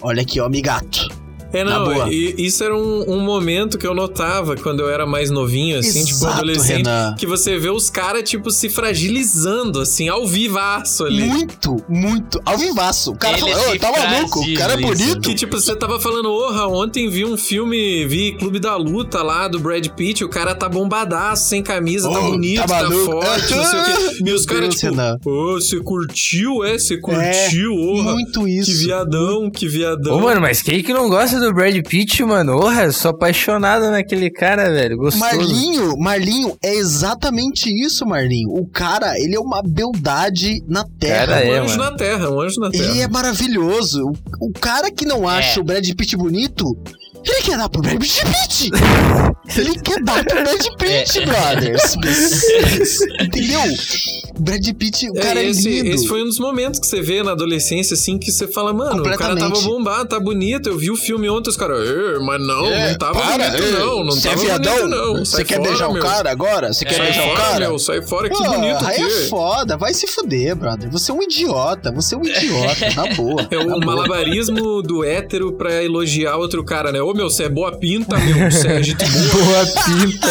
olha aqui, homem gato.
É,
Na boa.
não, e- isso era um, um momento que eu notava quando eu era mais novinho, assim, tipo
Exato,
adolescente,
Renan.
que você vê os caras, tipo, se fragilizando, assim, ao vivaço ali.
Muito, muito. Ao vivaço. O cara
Ele
falou,
se
"Ô, tá maluco? O cara é
fragiliza.
bonito.
Que tipo, você tava falando, porra, ontem vi um filme, vi Clube da Luta lá do Brad Pitt, o cara tá bombadaço, sem camisa, tá
Oh,
bonito,
tá
tá,
maluco.
forte, não sei o
*laughs*
quê. E os
Meu
caras,
Deus,
tipo,
Renan.
ô, você curtiu, é? Você curtiu, porra?
Muito
Que
isso.
viadão, que viadão.
Ô, mano, mas quem que não gosta do Brad Pitt, mano? Porra, eu sou apaixonado naquele cara, velho. Gostoso.
Marlinho, Marlinho, é exatamente isso, Marlinho. O cara, ele é uma beldade na terra.
Cara,
um
é,
anjo
mano.
na terra, um anjo na terra.
Ele é maravilhoso. O, o cara que não acha
É.
o Brad Pitt bonito, ele quer dar pro Brad Pitt. ele quer dar pro Brad Pitt, brothers. *laughs* Entendeu? O Brad Pitt, o
É,
cara é,
esse,
lindo.
esse foi um dos momentos que você vê na adolescência, assim, que você fala, mano, o cara
Completamente.
tava bombado, tá bonito. Eu vi o filme ontem, os caras, "Ê, mas não,
É,
não tava
para,
bonito,
é.
não. Não
Você
tava
é viadão?
bonito, não. Sai
Você quer
fora,
beijar
meu.
o cara agora? Você quer
É.
beijar o
fora,
cara?
meu, sai fora, que
Pô,
bonito
aí é
que
foda, vai se fuder, brother. Você é um idiota, você é um idiota, na boa.
é.
na
o
boa.
malabarismo do hétero pra elogiar outro cara, né? Ô, meu, você é boa pinta, meu, você é gente boa.
*laughs* Boa pinta.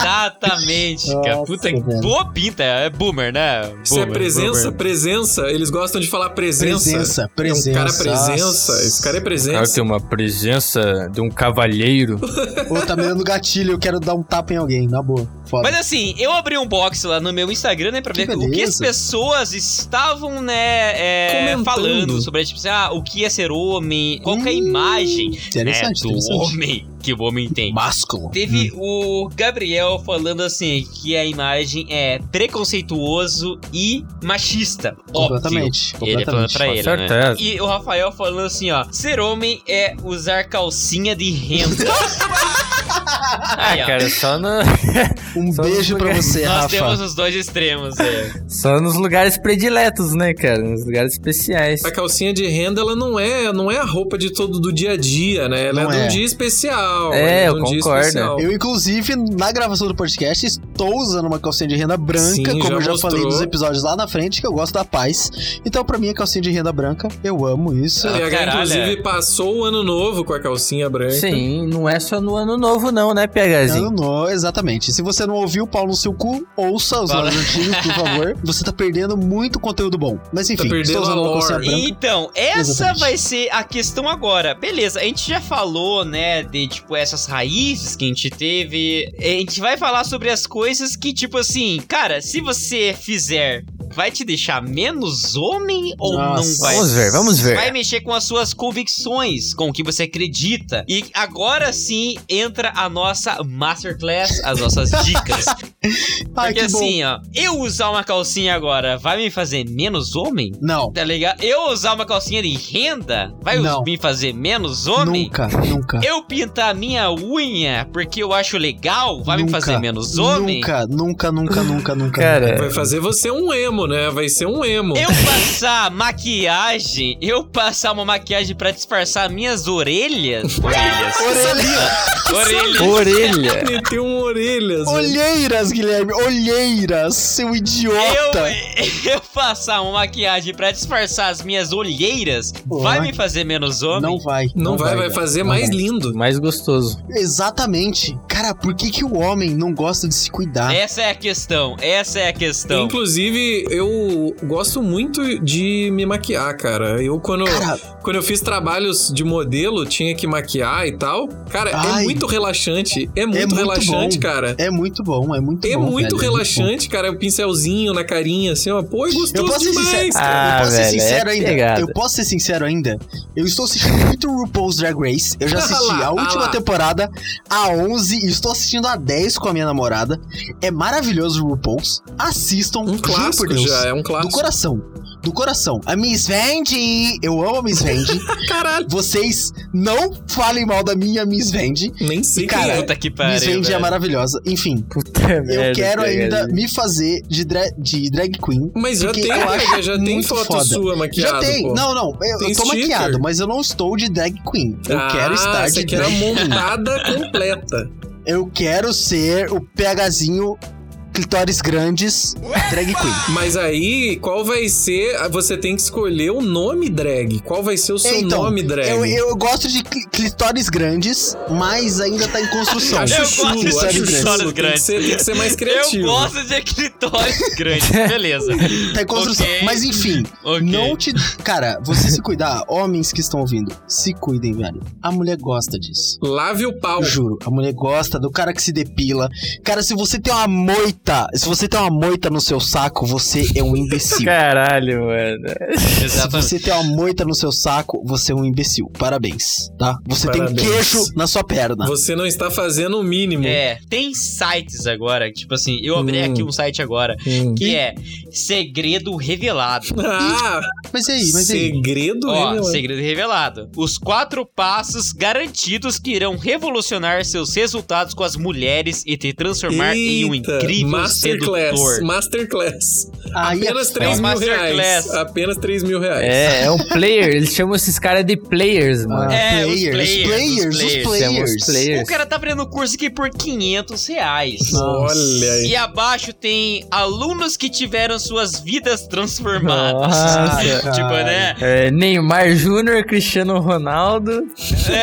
Exatamente, cara.
Nossa,
Puta, que
velho.
boa pinta. É boomer, né?
Isso é
Boomer,
presença,
boomer.
presença. Eles gostam de falar presença.
Presença,
É um cara
presença.
presença. Esse cara é
cara
presença.
tem um uma presença de um cavalheiro.
Ou tá me dando gatilho, eu quero dar um tapa em alguém, na boa. Foda.
Mas assim, eu abri um box lá no meu Instagram, né, pra
Que
ver o que
beleza.
as pessoas estavam, né, é,
Comentando.
falando sobre, tipo assim, ah, o que é ser homem, qual que é a
Hum,
imagem né,
interessante,
do
interessante. Hum.
homem que o homem tem.
Másculo.
Teve o Gabriel falando assim que a imagem é preconceituoso e machista. Óbvio.
Completamente.
Ele é falando
completamente.
pra ele, né?
Certeza.
E o Rafael falando assim, ó. Ser homem é usar calcinha de *laughs* renda.
Ah,
Aí, ó.
cara, só, no-
Um
Só
beijo
um
pra
lugar.
você,
Nós
Rafa.
temos os dois extremos, é.
*laughs* só nos lugares prediletos, né, cara? Nos lugares especiais.
A calcinha de renda, ela não é, não é a roupa de todo do dia a dia, né? Ela
Não
é de um
é.
dia especial.
É,
ela de
eu
um dia
concordo.
especial.
Eu, inclusive, na gravação do podcast, estou usando uma calcinha de renda branca,
Sim,
como
já
eu já
mostrou.
falei nos episódios lá na frente, que eu gosto da paz. Então, pra mim, é calcinha de renda branca. Eu amo isso.
O
Ah,
TH,
caralho,
inclusive, passou o ano novo com a calcinha branca.
Sim, não é só no ano novo, não, né, PHzinho?
então. Não, não, exatamente. Se você não ouviu o pau no seu cu, ouça os
Paulo.
nossos antigos, por favor.
*laughs*
Você tá perdendo muito conteúdo bom. Mas enfim,
Tá perdendo
estou usando
a
uma
lore.
calcinha branca.
Então, essa
Exatamente.
vai ser a questão agora. Beleza, a gente já falou, né, de tipo essas raízes que a gente teve. A gente vai falar sobre as coisas que tipo assim, cara, se você fizer, vai te deixar menos homem ou não
Nossa.
vai?
Vamos ver, vamos ver.
Vai mexer com as suas convicções, com o que você acredita. E agora sim entra a nossa masterclass,
*laughs*
as nossas dicas.
Ai,
Porque
que bom.
assim, ó, eu usar uma calcinha agora vai me fazer menos homem?
Não,
Tá ligado? Eu usar uma calcinha de renda vai
Não.
me fazer menos homem?
nunca, nunca.
Eu pintar minha unha porque eu acho legal vai me
Nunca,
fazer menos homem?
Nunca, nunca, nunca, nunca, nunca.
Cara,
Vai fazer você um emo, né? Vai ser um emo.
Eu passar maquiagem, eu passar uma maquiagem pra disfarçar minhas orelhas? Orelhas.
Orelha,
*laughs* orelhas.
*laughs*
orelha.
Meteu um orelhas. velho.
olheiras, Guilherme, olheiras, seu idiota.
Eu, eu passar uma maquiagem pra disfarçar as minhas olheiras
Pô,
vai
né?
me fazer menos homem?
Não vai.
Não, vai, vai
cara.
fazer
Não
mais
vai.
lindo.
Mais gostoso.
Exatamente. Cara, por que, que o homem não gosta de se cuidar?
Essa é a questão, essa é a questão.
Inclusive, eu gosto muito de me maquiar, cara. Eu, quando,
Cara,
quando eu fiz trabalhos de modelo, tinha que maquiar e tal. Cara, é
Ai.
muito relaxante. É muito,
muito
relaxante,
bom.
cara.
é muito bom, é muito
É
bom.
muito
velho, bom.
relaxante, cara. O pincelzinho na carinha, assim, ó. Pô, é
Eu
gostoso
posso ser
demais,
sincero,
cara.
eu
Ah,
posso ser
velho, é
sincero ainda.
pegada.
Eu posso ser sincero ainda. Eu estou assistindo muito RuPaul's Drag Race.
*laughs*
Eu já
Ah
assisti
lá,
a
ah
última
lá.
temporada, a 11, e estou assistindo a 10 com a minha namorada. É maravilhoso o RuPaul's. Assistam,
Um
Ah, juro por
clássico
Deus.
já, é um
Do
clássico.
coração. Do coração. A Miss Vandy! Eu amo a Miss Vandy.
*laughs* Caralho.
Vocês não falem mal da minha Miss Vandy.
Nem sei quem
Cara,
é.
Puta que
Miss
pariu.
Vandy é
velho.
maravilhosa. Enfim,
Puta
eu
merda.
quero ainda
PHzinho.
me fazer de, dra- de drag queen.
Mas já
Porque
tem,
eu acho
amiga, já tem
muito
foto
foda.
sua
Já
maquiada.
tem.
pô.
Não, não. Eu,
Tem
eu tô
sticker.
maquiado, mas eu não estou de drag queen. Eu
Ah,
quero estar
você
de
quer a *laughs*
drag queen.
montada completa.
Eu quero ser o PHzinho clitóris grandes, drag queen.
Mas aí, qual vai ser? Você tem que escolher o nome drag. Qual vai ser o seu
É, então,
nome drag?
Eu, eu gosto de cli- clitóris grandes, mas ainda tá em construção.
Eu gosto
chulo,
de
acho
clitóris
chulo. Tem que
grandes.
ser- Tem que ser mais criativo.
Eu gosto de
*laughs*
escritórios grandes, beleza.
Tá em *laughs* construção.
Ok.
Mas enfim,
Ok.
não te. Cara, você se cuidar, homens que estão ouvindo, se cuidem, velho. A mulher gosta disso.
Lave o pau.
Eu juro, a mulher gosta do cara que se depila. Cara, se você tem uma moita, se você tem uma moita no seu saco, você é um
*laughs*
imbecil.
Caralho, mano.
Se
Exatamente.
você tem uma moita no seu saco, você é um imbecil. Parabéns, tá? Você
Parabéns.
tem um queixo na sua perna.
Você não está fazendo o mínimo.
É, tem sites agora, tipo assim, eu abri
Hum.
aqui um site agora,
Hum.
que é Segredo Revelado.
Ah,
Mas e aí, mas e aí?
segredo
Ó,
hein, meu?
segredo revelado. Os quatro passos garantidos que irão revolucionar seus resultados com as mulheres e te transformar em um
Eita,
incrível
Masterclass.
sedutor.
Masterclass.
Aí
Apenas 3
É uma
mil reais.
masterclass.
Apenas 3 mil reais.
É, é um player. Eles chamam esses caras de players, mano.
Ah,
É, os
players, os
players,
players, os
os players.
Chamam
players.
os players.
O cara tá aprendendo curso aqui por 500 reais.
Olha aí.
E abaixo tem alunos que tiveram suas vidas transformadas.
Nossa.
*laughs* tipo,
cara.
né?
É, Neymar Júnior, Cristiano Ronaldo,
É.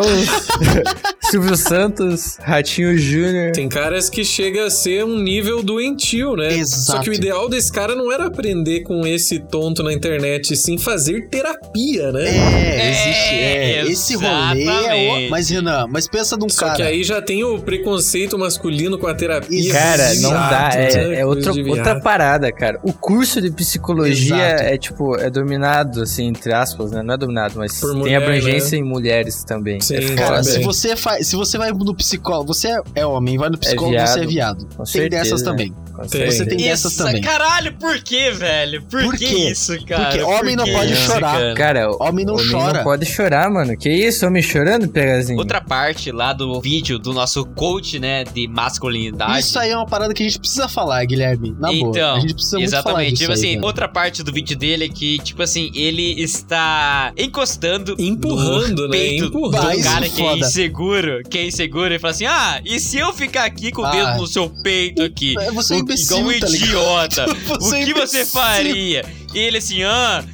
*laughs*
os Silvio Santos, Ratinho Júnior.
Tem caras que chega a ser um nível doentio, né?
Exato.
Só que o ideal desse cara não era aprender com esse tonto na internet, e sim fazer terapia, né?
É, existe. É,
É,
esse rolê é
exatamente.
o... Mas, Renan, mas pensa num
Só
É, cara.
que aí já tem o preconceito masculino com a terapia.
Isso.
Cara,
Exato,
não dá,
né?
é, é
Coisa
outra,
de
outra
viado.
parada, cara. O curso de psicologia
Exato.
é tipo, é dominado, assim, entre aspas, né? Não é dominado, mas
Por
tem
mulher, né?
abrangência em mulheres também.
Sim,
é foda.
Cara,
Parabéns.
se você, faz, se você vai no psicólogo, você é- é homem, vai no psicólogo,
viado.
você é viado.
Com
tem
certeza,
dessas
né?
também.
Com
Tem.
Você tem dessas
Isso,
também.
Caralho, por que, velho? Por,
Por
que
quê?
isso, cara?
Porque homem não
que
pode
isso,
chorar.
É.
cara?
Cara, o
Homem não
homem
chora.
não pode chorar, mano. Que isso, homem chorando, Pegazinho?
Outra parte lá do vídeo do nosso coach, né, de masculinidade.
Isso aí é uma parada que a gente precisa falar, Guilherme. Na boa. A gente precisa muito falar
Então, exatamente.
disso
tipo
aí,
assim,
velho.
outra parte do vídeo dele é que, tipo assim, ele está encostando.
Empurrando,
no
né?
Peito
Empurrando.
do
Vai, isso
cara
é
que é
foda.
inseguro, que é inseguro, e fala assim: Ah, e se eu ficar aqui com o
Ah.
dedo no seu peito aqui?
É, você é
O-
imbecil,
igual um
tá ligado?
idiota. o
*laughs* Você é
que você
imbecil.
faria? E ele assim, ah,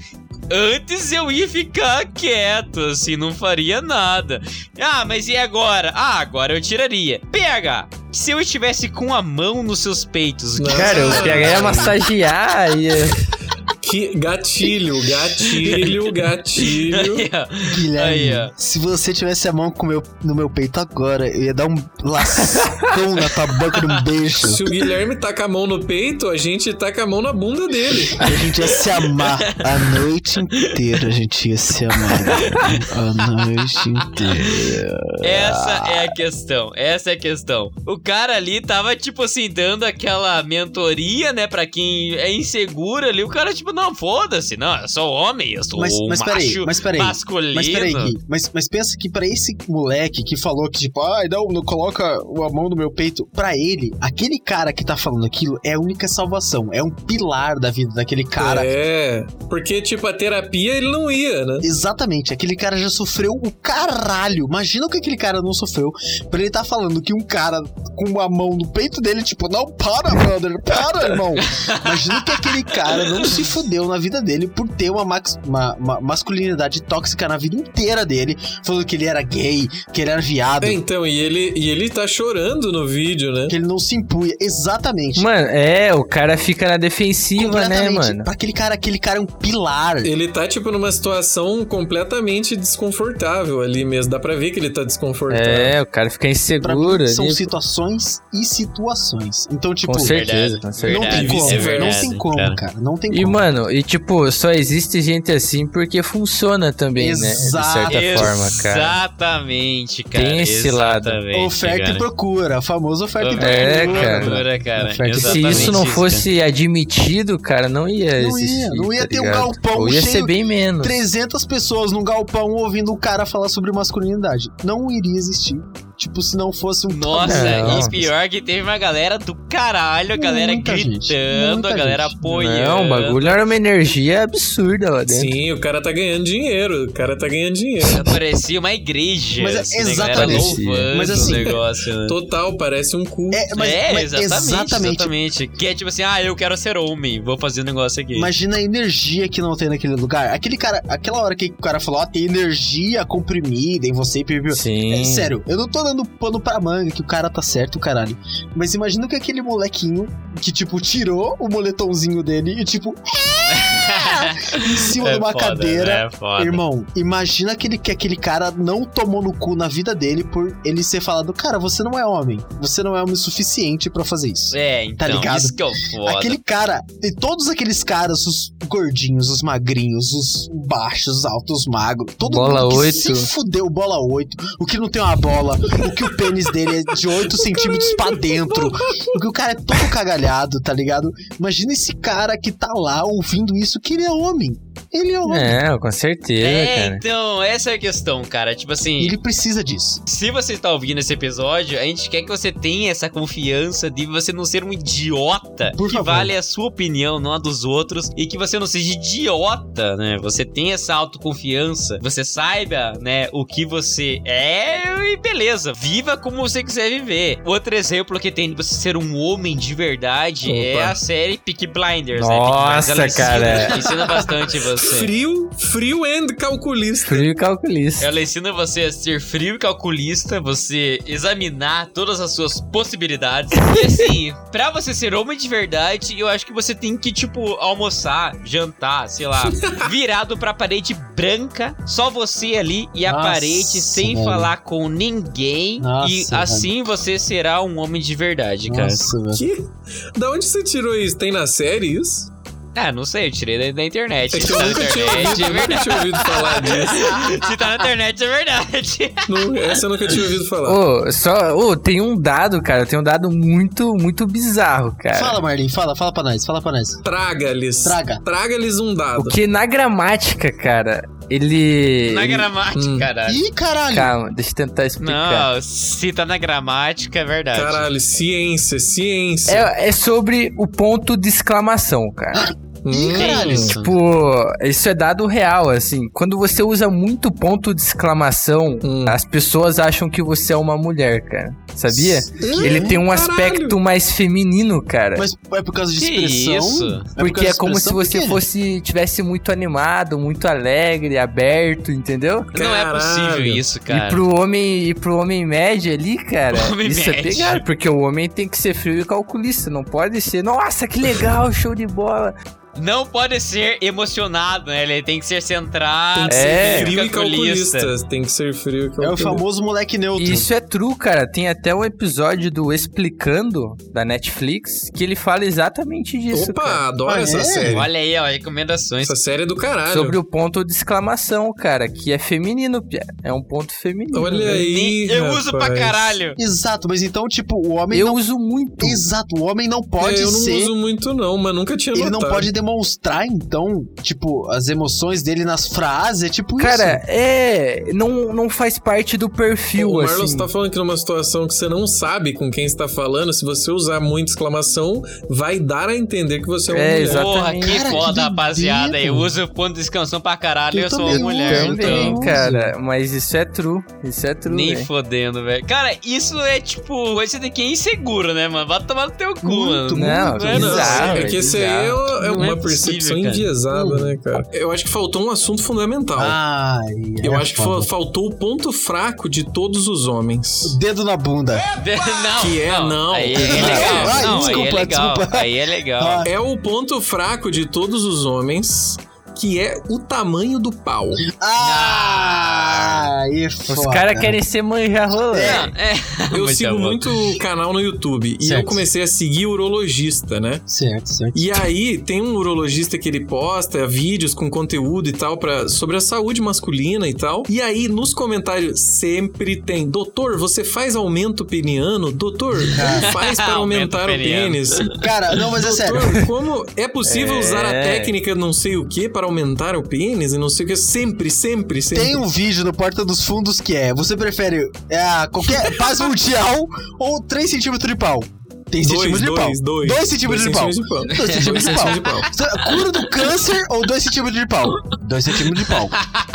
antes eu ia ficar quieto, assim, não faria nada. Ah, mas e agora? Ah, agora eu tiraria. Pega! Se eu estivesse com a mão nos seus peitos, o que
Cara,
Ah.
o PH
é
ia massagear
*laughs*
e.
Que gatilho,
*laughs*
gatilho, gatilho.
Aí, ó.
Guilherme,
Aí, ó.
se você tivesse a mão com o meu, no meu peito agora, eu ia dar um lastão na tua boca de um beijo.
Se o Guilherme tá com a mão no peito, a gente tá com a mão na bunda dele.
A gente ia se amar a noite inteira. A gente ia se amar a noite inteira.
*laughs* Essa é a questão, essa é a questão. O cara ali tava, tipo assim, dando aquela mentoria, né, pra quem é inseguro ali. O cara, tipo, não, foda-se, não, eu sou homem, eu sou
Mas,
um
mas
macho
peraí, mas peraí.
masculino.
Mas peraí, Gui, mas, mas pensa que pra esse moleque que falou que, tipo, ai, não, não coloca a mão no meu peito, pra ele, aquele cara que tá falando aquilo é a única salvação, é um pilar da vida daquele cara.
É, porque, tipo, a terapia ele não ia, né?
Exatamente, aquele cara já sofreu o caralho. Imagina o que aquele cara não sofreu pra ele tá falando que um cara com a mão no peito dele, tipo, não, para, brother, para, irmão. Imagina que aquele cara não se fudeu na vida dele por ter uma, max- uma- uma masculinidade tóxica na vida inteira dele, falando que ele era gay, que ele era viado,
É, então, e ele, e ele tá chorando no vídeo, né?
que ele não se impunha. Exatamente.
Mano, é, o cara fica na defensiva, né,
Completamente.
mano?
Pra aquele cara, aquele cara é um pilar.
Ele tá, tipo, numa situação completamente desconfortável ali mesmo. Dá pra ver que ele tá desconfortável.
É, o cara
né?
fica
Pra
inseguro
mim,
ali.
são situações e situações. Então, tipo,
Com certeza,
Verdade.
com
Não
Verdade,
certeza.
tem como,
é
não
verdade,
tem como,
cara.
cara. Não tem
E,
como.
mano, e tipo, só existe gente assim porque funciona também,
Exato.
né? De certa forma, cara.
Exatamente, cara.
Tem esse lado.
exatamente,
Oferta e
cara.
procura, famoso oferta e procura.
É, cara.
Procura, cara.
Oferta e
E se
Exatamente
isso não
cara.
*laughs* fosse admitido, cara, não ia
Não
existir.
ia, não ia
tá
ter um
ligado?
galpão
Ou ia
cheio
ser bem menos.
300 pessoas num galpão ouvindo o cara falar sobre masculinidade. Não iria existir. tipo, se não fosse um
Nossa,
Não.
e pior que teve uma galera do caralho, a galera
Muita gente,
gritando, a
muita
galera
gente.
apoiando.
Não, o bagulho era uma energia absurda lá É, dentro.
Sim, o cara tá ganhando dinheiro. O cara tá ganhando dinheiro.
Parecia uma igreja.
Mas é-
assim, né, galera
exatamente.
louvando
Mas assim-
o negócio, né?
Total, parece um culto.
É, mas,
é,
mas
exatamente, exatamente,
exatamente.
Que é tipo assim, ah, eu quero ser homem, vou fazer um negócio aqui.
Imagina a energia que não tem naquele lugar. Aquele cara, aquela hora que o cara falou, ó, tem energia comprimida em você e pipiu.
Sim.
É, sério, eu não tô dando pano pra manga que o cara tá certo, caralho. Mas imagina que aquele molequinho que, tipo, tirou o moletomzinho dele e, tipo, *laughs* em cima de uma cadeira.
É foda.
Irmão, imagina que, ele, que aquele cara não tomou no cu na vida dele por ele ser falado, cara, você não é homem. Você não é homem o suficiente pra fazer isso.
É, então,
Tá ligado?
isso que é o foda.
Aquele cara, e todos aqueles caras, os gordinhos, os magrinhos, os baixos, os altos, os magros, todo
Bola
mundo que
oito.
se fudeu, bola 8, o que não tem uma bola, o que o pênis dele é de
*laughs*
8 centímetros pra dentro, o que o cara é todo cagalhado, tá ligado? Imagina esse cara que tá lá ouvindo isso, que ele é homem. Ele é homem.
É, com certeza,
É,
cara.
então, essa é a questão, cara. Tipo assim,
Ele precisa disso.
se você tá ouvindo esse episódio, a gente quer que você tenha essa confiança de você não ser um idiota.
Por
que
favor.
vale é a sua opinião, não a dos outros. E que você não seja idiota, né? Você tem essa autoconfiança. Você saiba, né, o que você é e beleza. Viva como você quiser viver. Outro exemplo que tem de você ser um homem de verdade é
Opa.
a série Peak Blinders.
Nossa,
né? Peaky Blinders, ela
cara.
Ensina, ensina
*laughs*
bastante
Assim.
você.
Frio, frio and calculista.
Frio e calculista.
Ela ensina você a ser frio e calculista, você examinar todas as suas possibilidades. E assim, *laughs* pra você ser homem de verdade, eu acho que você tem que, tipo, almoçar, jantar, sei
*laughs*
lá, virado pra parede branca, só você ali e a
Nossa,
parede sem
velho.
falar com ninguém.
Nossa,
e
velho.
assim você será um homem de verdade, cara.
velho.
Que? Da onde você tirou isso? Tem na série isso?
Ah, não sei, eu tirei da, da internet.
É que
Se
eu
tá na
nunca tinha
internet,
ouvido,
é
eu nunca
verdade. *laughs*
tinha ouvido falar disso.
Se tá na internet, é verdade.
Não, essa eu nunca tinha ouvido falar.
Ô, só, ô, tem um dado, cara, tem um dado muito, muito bizarro, cara.
Fala, Marlin, fala, fala pra nós, fala pra nós.
Traga-lhes.
Traga.
Traga-lhes um dado.
Porque na gramática, cara, ele...
Na
ele-
gramática,
Hum.
caralho.
Ih, caralho!
Calma, deixa eu tentar explicar.
Não, se tá na gramática, é verdade.
Caralho, ciência, ciência.
É, é sobre o ponto de exclamação, cara. Hum,
Ih, caralho!
Tipo, isso é dado real, assim. Quando você usa muito ponto de exclamação,
Hum.
as pessoas acham que você é uma mulher, cara. Sabia?
Hum,
Ele tem um
caralho.
aspecto mais feminino, cara.
Mas é por causa de
Que
expressão?
isso?
por
Porque
causa
é
de
como se
expressão? Por
você
quê?
fosse tivesse muito animado, muito alegre, aberto, entendeu?
Não é possível
Caralho.
isso, cara.
E pro homem, e pro homem médio ali, cara,
O homem
isso é
médio.
pegado, porque o homem tem que ser frio e calculista, não pode ser, nossa, que legal, show de bola.
Não pode ser emocionado, né? Ele tem que ser
Tem
centrado.
que
É.
ser frio e
calculista.
calculista. Tem que ser frio e
É
calculista.
o famoso moleque neutro.
E isso é true, cara. Tem até um episódio do Explicando da Netflix que ele fala exatamente disso,
Opa,
cara.
adoro
Ah,
essa
é?
série.
Olha aí, ó, recomendações.
Essa série é do caralho.
Sobre o ponto de exclamação, cara, que é feminino, Pia. É um ponto feminino.
Olha
né?
aí.
Nem- eu uso pra
rapaz.
caralho.
Exato, mas então, tipo, o homem
Eu
não...
uso muito.
Exato, o homem não pode
É, eu não
ser...
uso muito, não, mas nunca tinha
Ele não
notado.
pode demonstrar, então, tipo, as emoções dele nas frases, é tipo
Cara, é. Não, não faz parte do perfil,
O Marlon
assim.
tá falando que numa situação que você não sabe com quem está falando, se você usar muita exclamação, vai dar a entender que você é uma
É,
mulher.
exato.
Porra, que
Cara, que
foda,
doideiro.
rapaziada. Eu uso ponto de exclamação pra caralho. Eu,
Eu
sou
também
uma mulher,
uso,
então.
Também, cara. Mas isso é true. Isso é true.
Nem
velho.
fodendo, velho. Cara, isso é tipo. Você tem que é inseguro, né, mano? Vai tomar no teu cu,
Muito,
mano.
Não,
Não é não.
bizarro,
é que
é
esse aí é,
bizarro.
é
Não é
uma
possível,
percepção
cara.
enviesada, né, cara? Eu acho que faltou um assunto fundamental.
isso.
Ah,
Ai,
Eu
é
acho que
foda.
fa- faltou o ponto fraco de todos os homens.
Dedo na bunda.
*laughs* Não,
Que é, não.
Aí é legal.
Ai,
não, aí é
desculpa,
legal.
desculpa.
Aí é legal.
Ah,
É o ponto fraco de todos os homens, que é o tamanho do pau.
Ah, aí é foda.
Os caras querem ser manja rolê.
Não, é.
Eu
Muito
sigo
bom.
muito canal no YouTube e eu
Certo.
comecei a seguir urologista, né?
Certo, certo.
E aí tem um urologista que ele posta vídeos com conteúdo e tal para sobre a saúde masculina e tal. E aí nos comentários sempre tem: "Doutor, você faz aumento peniano? Doutor, como faz para
Aumento
aumentar o
peniano.
pênis?"
Cara, não, mas é sério.
Doutor, como é possível usar a
É.
técnica não sei o que para para aumentar o pênis e não sei o que. Sempre, sempre, sempre.
*laughs*
Tem um vídeo no Porta dos Fundos que é: você prefere é,
*laughs*
qualquer paz mundial ou 3 centímetros de pau? Tem centímetros de pau.
dois, dois.
2 centímetros de pau.
Dois centímetros de pau.
2 centímetros de pau.
Dois centímetros
Cura do câncer ou 2 centímetros de pau? 2 centímetros de pau.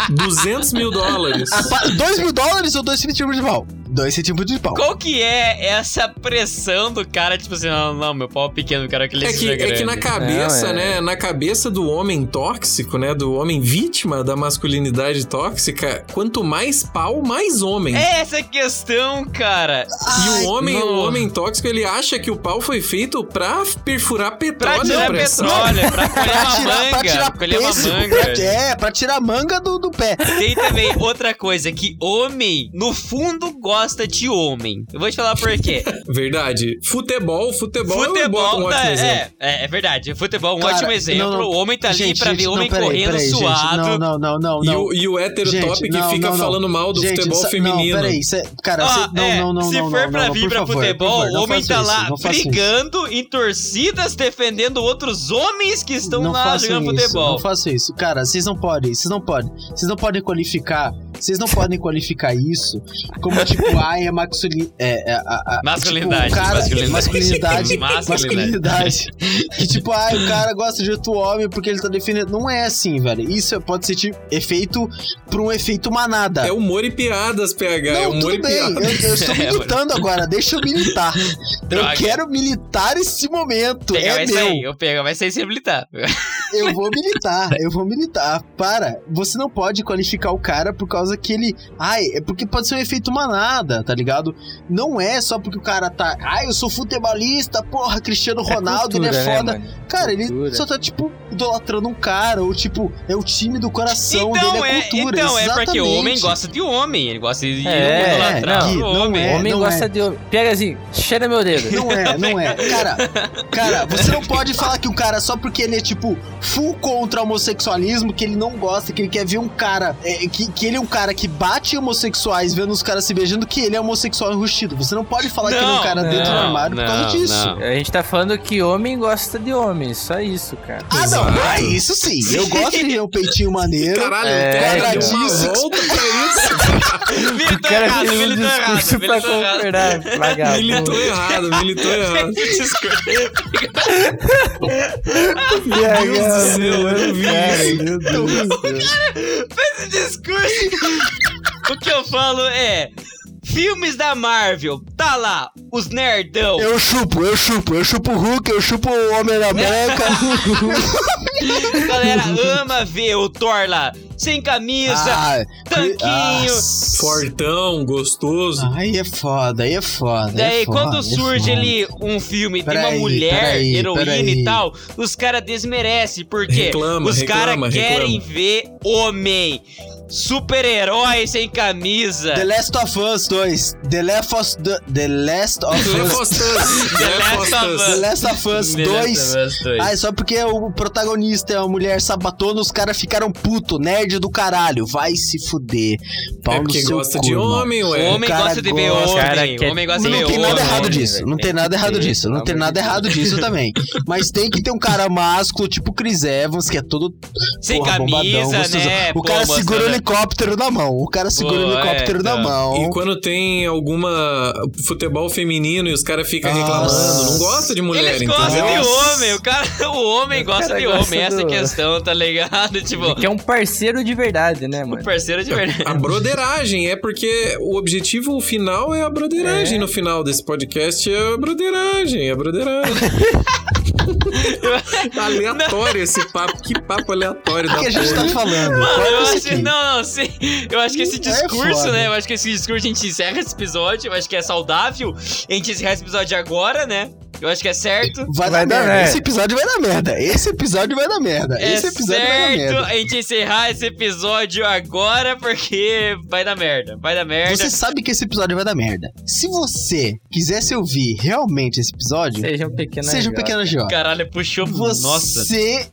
200
*laughs*
mil dólares.
2 mil dólares ou 2 centímetros de pau? 2 centímetros de pau.
Qual que é essa pressão do cara, tipo assim, não, não, meu pau é pequeno, eu quero que ele
É que,
seja grande.
é que na cabeça,
Não, é.
né? Na cabeça do homem tóxico, né? Do homem vítima da masculinidade tóxica, quanto mais pau, mais homem.
É essa a questão, cara.
E o homem,
não.
o homem tóxico, ele acha que o pau foi feito pra perfurar
Pra
petróleo.
tirar
pressão.
petróleo, pra colher
Pra tirar,
uma manga,
pra tirar
colher uma
pêssego,
manga.
pra- é, pra tirar a manga do, do pé.
Tem também outra coisa, que homem, no fundo, gosta de homem. Eu vou te falar por
*laughs*
quê.
Verdade. Futebol, futebol, é um, bom- um
Futebol,
ótimo
é,
exemplo.
é, é verdade. Futebol é um
Cara,
ótimo exemplo.
não, não.
O homem tá ali
Gente,
pra ver
gente,
homem
não, peraí,
correndo
peraí, gente.
suado.
Não, não, não, não,
E
não.
o, e o hétero
Gente,
top que
não,
fica
não, não.
falando mal do
Gente,
futebol
sa-
feminino.
Não, peraí, cê- cara, cê-
Ó,
não,
é,
não, não,
se
não,
for
não,
pra
não,
vir
por
pra
favor, por
futebol,
favor,
o
não
homem
façam
tá
isso,
lá
não façam isso.
brigando em torcidas, defendendo outros homens que estão
não
lá
façam
jogando
isso,
futebol.
Não façam isso, cara. Vocês não podem, vocês não podem, vocês não podem qualificar, vocês não podem qualificar isso
*laughs*
como tipo, ai, é masculinidade. É, é, a- a-
Masculinidade,
tipo, o cara, masculinidade,
masculinidade. *laughs* Masculinidade.
masculinidade. Que tipo, ai, o cara gosta de outro homem porque ele tá defendendo. Não é assim, velho. Isso é- pode ser tipo, efeito pra um efeito manada.
É humor e piadas, PH. é
Não,
humor
tudo
e
bem, eu,
piadas.
eu estou
um *laughs* É,
militando agora, deixa eu
*laughs*
militar.
Droga.
Eu quero militar esse momento,
Pegar
é
vai
meu.
sair, eu pego, vai sair sem habilitar.
Eu vou militar, eu vou militar. Para, você não pode qualificar o cara por causa que ele. Ai, é porque pode ser um efeito manada, tá ligado? Não é só porque o cara tá. Ai, eu sou futebolista, porra, Cristiano Ronaldo, ele é
né,
né,
foda. cara, ele
Cultura.
só tá, tipo, idolatrando um cara, ou tipo, é o time do coração
então
dele, é,
é,
cultura.
então é
exatamente.
porque o homem gosta de homem, ele gosta de
É,
idolatrar
não, Gui,
o
não
homem.
é.
homem
não
gosta de homem. Pegazinho, cheira meu dedo.
Não é, não *laughs* é. Cara, cara, você não pode falar que o cara só porque ele é tipo full contra o homossexualismo, que ele não gosta, que ele quer ver um cara é, que, que ele é um cara que bate em homossexuais, vendo os caras se beijando, que ele é homossexual enrustido. Você não pode falar que ele é um
Não,
cara dentro do
não,
armário por causa
não,
disso.
não.
A gente tá falando que homem gosta de homem, só isso, cara.
Ah, não, ah, isso sim. Eu gosto de ver um peitinho maneiro.
Caralho,
É,
é,
então.
uma volta *laughs* pra isso.
Militou tá errado,
um
militou errado,
um pra
militou errado.
concordar, vagabundo.
militou errado, militou *laughs* errado. Meu Deus do céu, eu não vi isso.
Cara, meu Deus do céu.
discurso. o que eu falo é. Filmes da Marvel, tá lá, os nerdão.
Eu chupo, eu chupo, eu chupo o Hulk, eu chupo o Homem da Branca.
A galera ama ver o Thor lá, sem camisa.
*laughs* Ah,
Tanquinho.
ah,
Fortão, gostoso.
Aí é foda, aí é foda.
Daí,
é foda,
quando
é
surge
foda.
ali um filme de uma
Peraí,
mulher,
peraí,
heroína
peraí.
e tal, os caras desmerecem, porque
Reclama,
os caras
reclama,
querem ver homem, super-herói sem camisa.
The Last of Us 2. The Last of Us. The, The Last
*laughs*
of Us.
Lefostas.
The Last of Us.
The Last of Us 2. Ah, é só porque o protagonista é uma mulher sabatona, os caras ficaram puto, nerd do caralho. Vai se fuder. Pau
É
no
porque
seu
gosta
cu,
de
irmão.
homem,
O
ué.
homem
cara
gosta de ver
gosta,
cara,
homem,
que-
o homem gosta de
Não
ver
tem nada
homem.
errado
velho.
disso, não
Tem
tem nada
que
errado
ter,
disso, não
pelo
tem
amor
nada
de
errado disso
*laughs*
também. Mas tem que ter um cara másculo, tipo Chris Evans, que é todo
Sem
porra,
camisa,
bombadão, gostoso.
né?
O cara segura
Pô,
o
mostrando-
helicóptero na mão, o cara segura o
Pô, é,
helicóptero na
tá.
mão.
E quando tem alguma futebol feminino e os caras ficam reclamando, não gosta de mulher,
Eles
entendeu?
gostam de
Nossa.
homem, o cara, *laughs* o homem gosta
cara
de
gosta
homem, essa é a
do-
questão, tá ligado? *laughs* Tipo,
Que é um parceiro de verdade, né, mano?
parceiro de
A
verdade.
*laughs* broderagem é porque o objetivo final é a broderagem. No final desse podcast é a broderagem, é a
*laughs*
broderagem. Tá aleatório esse papo, que papo aleatório da
O que a gente tá
porra.
falando?
Mano,
Qual é
eu
esse
acho,
aqui?
não, não, sim, eu acho que esse
É
discurso,
foda.
né, eu acho que esse discurso a gente encerra esse episódio, eu acho que é saudável, a gente encerra esse episódio agora, né, eu acho que é certo.
Vai,
Vai
dar,
dar
merda.
merda.
Esse episódio vai dar merda. Esse episódio vai dar merda.
É
Esse episódio vai dar
certo
merda.
a gente encerrar esse episódio agora, porque vai dar merda, vai dar merda.
Você sabe que esse episódio vai dar merda. Se você quisesse ouvir realmente esse episódio,
Seja um pequeno
seja um
agiota.
pequeno agiota.
Caralho, puxou, nossa.
Você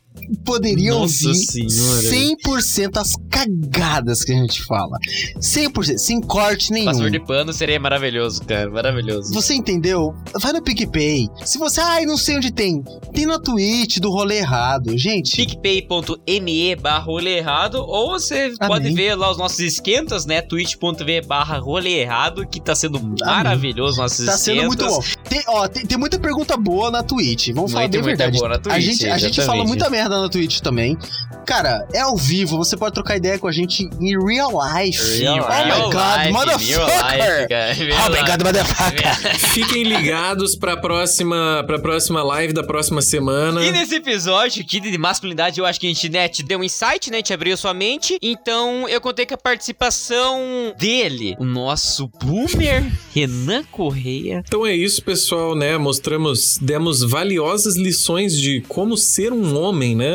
poderia
Nossa
ouvir
senhora.
100% as cagadas que a gente fala. 100%, sem corte nenhum.
Passador de pano seria maravilhoso, cara. Maravilhoso.
Você entendeu? Vai no PicPay. Se você, ai, não sei onde tem, tem na Twitch do rolê errado. Gente,
picpay.me barra rolê errado ou você pode ver lá os nossos esquentas, né? twitch.tv barra rolê errado, que tá sendo maravilhoso nossos
tá
esquentas.
sendo muito bom. Tem, ó, tem, tem muita pergunta boa na Twitch. Vamos falar
Muita,
bem a
muita
verdade.
boa na
a
Twitch,
gente, a gente
exatamente.
fala muita merda na Twitch também. Cara, é ao vivo, você pode trocar ideia com a gente em real life.
Real
oh my god,
life, real life,
motherfucker!
cara.
Oh
Real
my god, motherfucker!
life.
Fiquem ligados pra próxima, pra próxima live da próxima semana.
E nesse episódio aqui de masculinidade, eu acho que a gente né, te deu um insight, né? Te abriu sua mente. Então eu contei com a participação dele, o nosso boomer Renan Correia.
Então é isso, pessoal, né? Mostramos, demos valiosas lições de como ser um homem, né?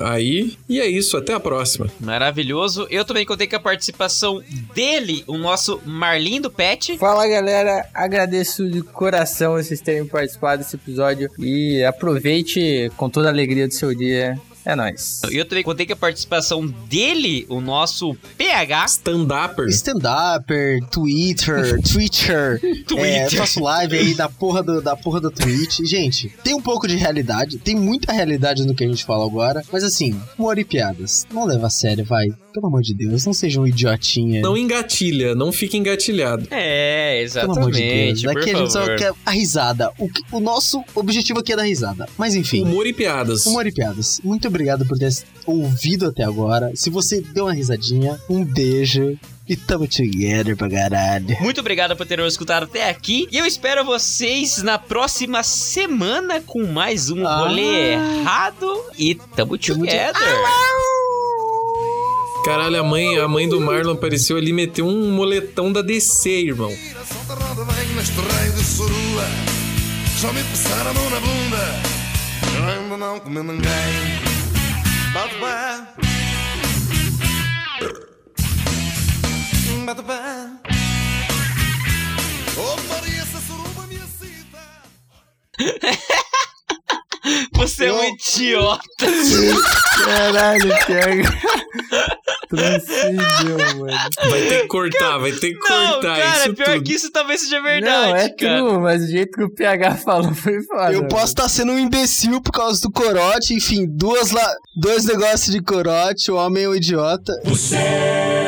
Aí. E é isso, até a próxima.
Maravilhoso. Eu também contei com a participação dele, o nosso Marlin do Pet.
Fala galera, agradeço de coração vocês terem participado desse episódio e aproveite com toda a alegria do seu dia. É nóis.
Eu também contei com a participação dele, o nosso
Ah.
PH.
Stand-upper.
Stand-upper, Twitter,
*laughs*
Twitcher. É,
Twitter.
faço live aí da porra, do, da porra da Twitch. Gente, tem um pouco de realidade, tem muita realidade no que a gente fala agora. Mas assim, humor e piadas. Não leva a sério, vai. Pelo amor de Deus, não seja um idiotinha.
Não engatilha, não fique engatilhado.
É,
Pelo amor de Deus,
exatamente. por
daqui a gente só
favor.
quer a risada. O, que- o nosso objetivo aqui é dar risada. Mas enfim.
Humor e piadas.
Humor e piadas. Muito obrigado por ter ouvido até agora. Se você deu uma risadinha, um beijo e tamo together pra caralho.
Muito obrigado por terem escutado até aqui. E eu espero vocês na próxima semana com mais um
Ah.
rolê errado. E tamo together.
Ah!
Caralho, a mãe, a mãe do Marlon apareceu ali e meteu um moletão da DC, irmão.
Tira, solta, roda, vem neste rei de sorua Já me passaram a mão na bunda Eu ainda não comi ninguém Bate pé Bate pé Oh, Maria, essa suruba me excita
Você é um idiota.
Caralho, Thiago. *laughs* Transcendeu, mano.
Vai ter que cortar, vai ter que
Não,
cortar
cara,
isso
pior
tudo.
que isso talvez seja verdade,
Não, é
cara.
true, mas o jeito que o PH falou foi foda.
Eu posso estar sendo um imbecil por causa do corote, enfim, duas la... dois negócios de corote, o homem é um idiota.
Você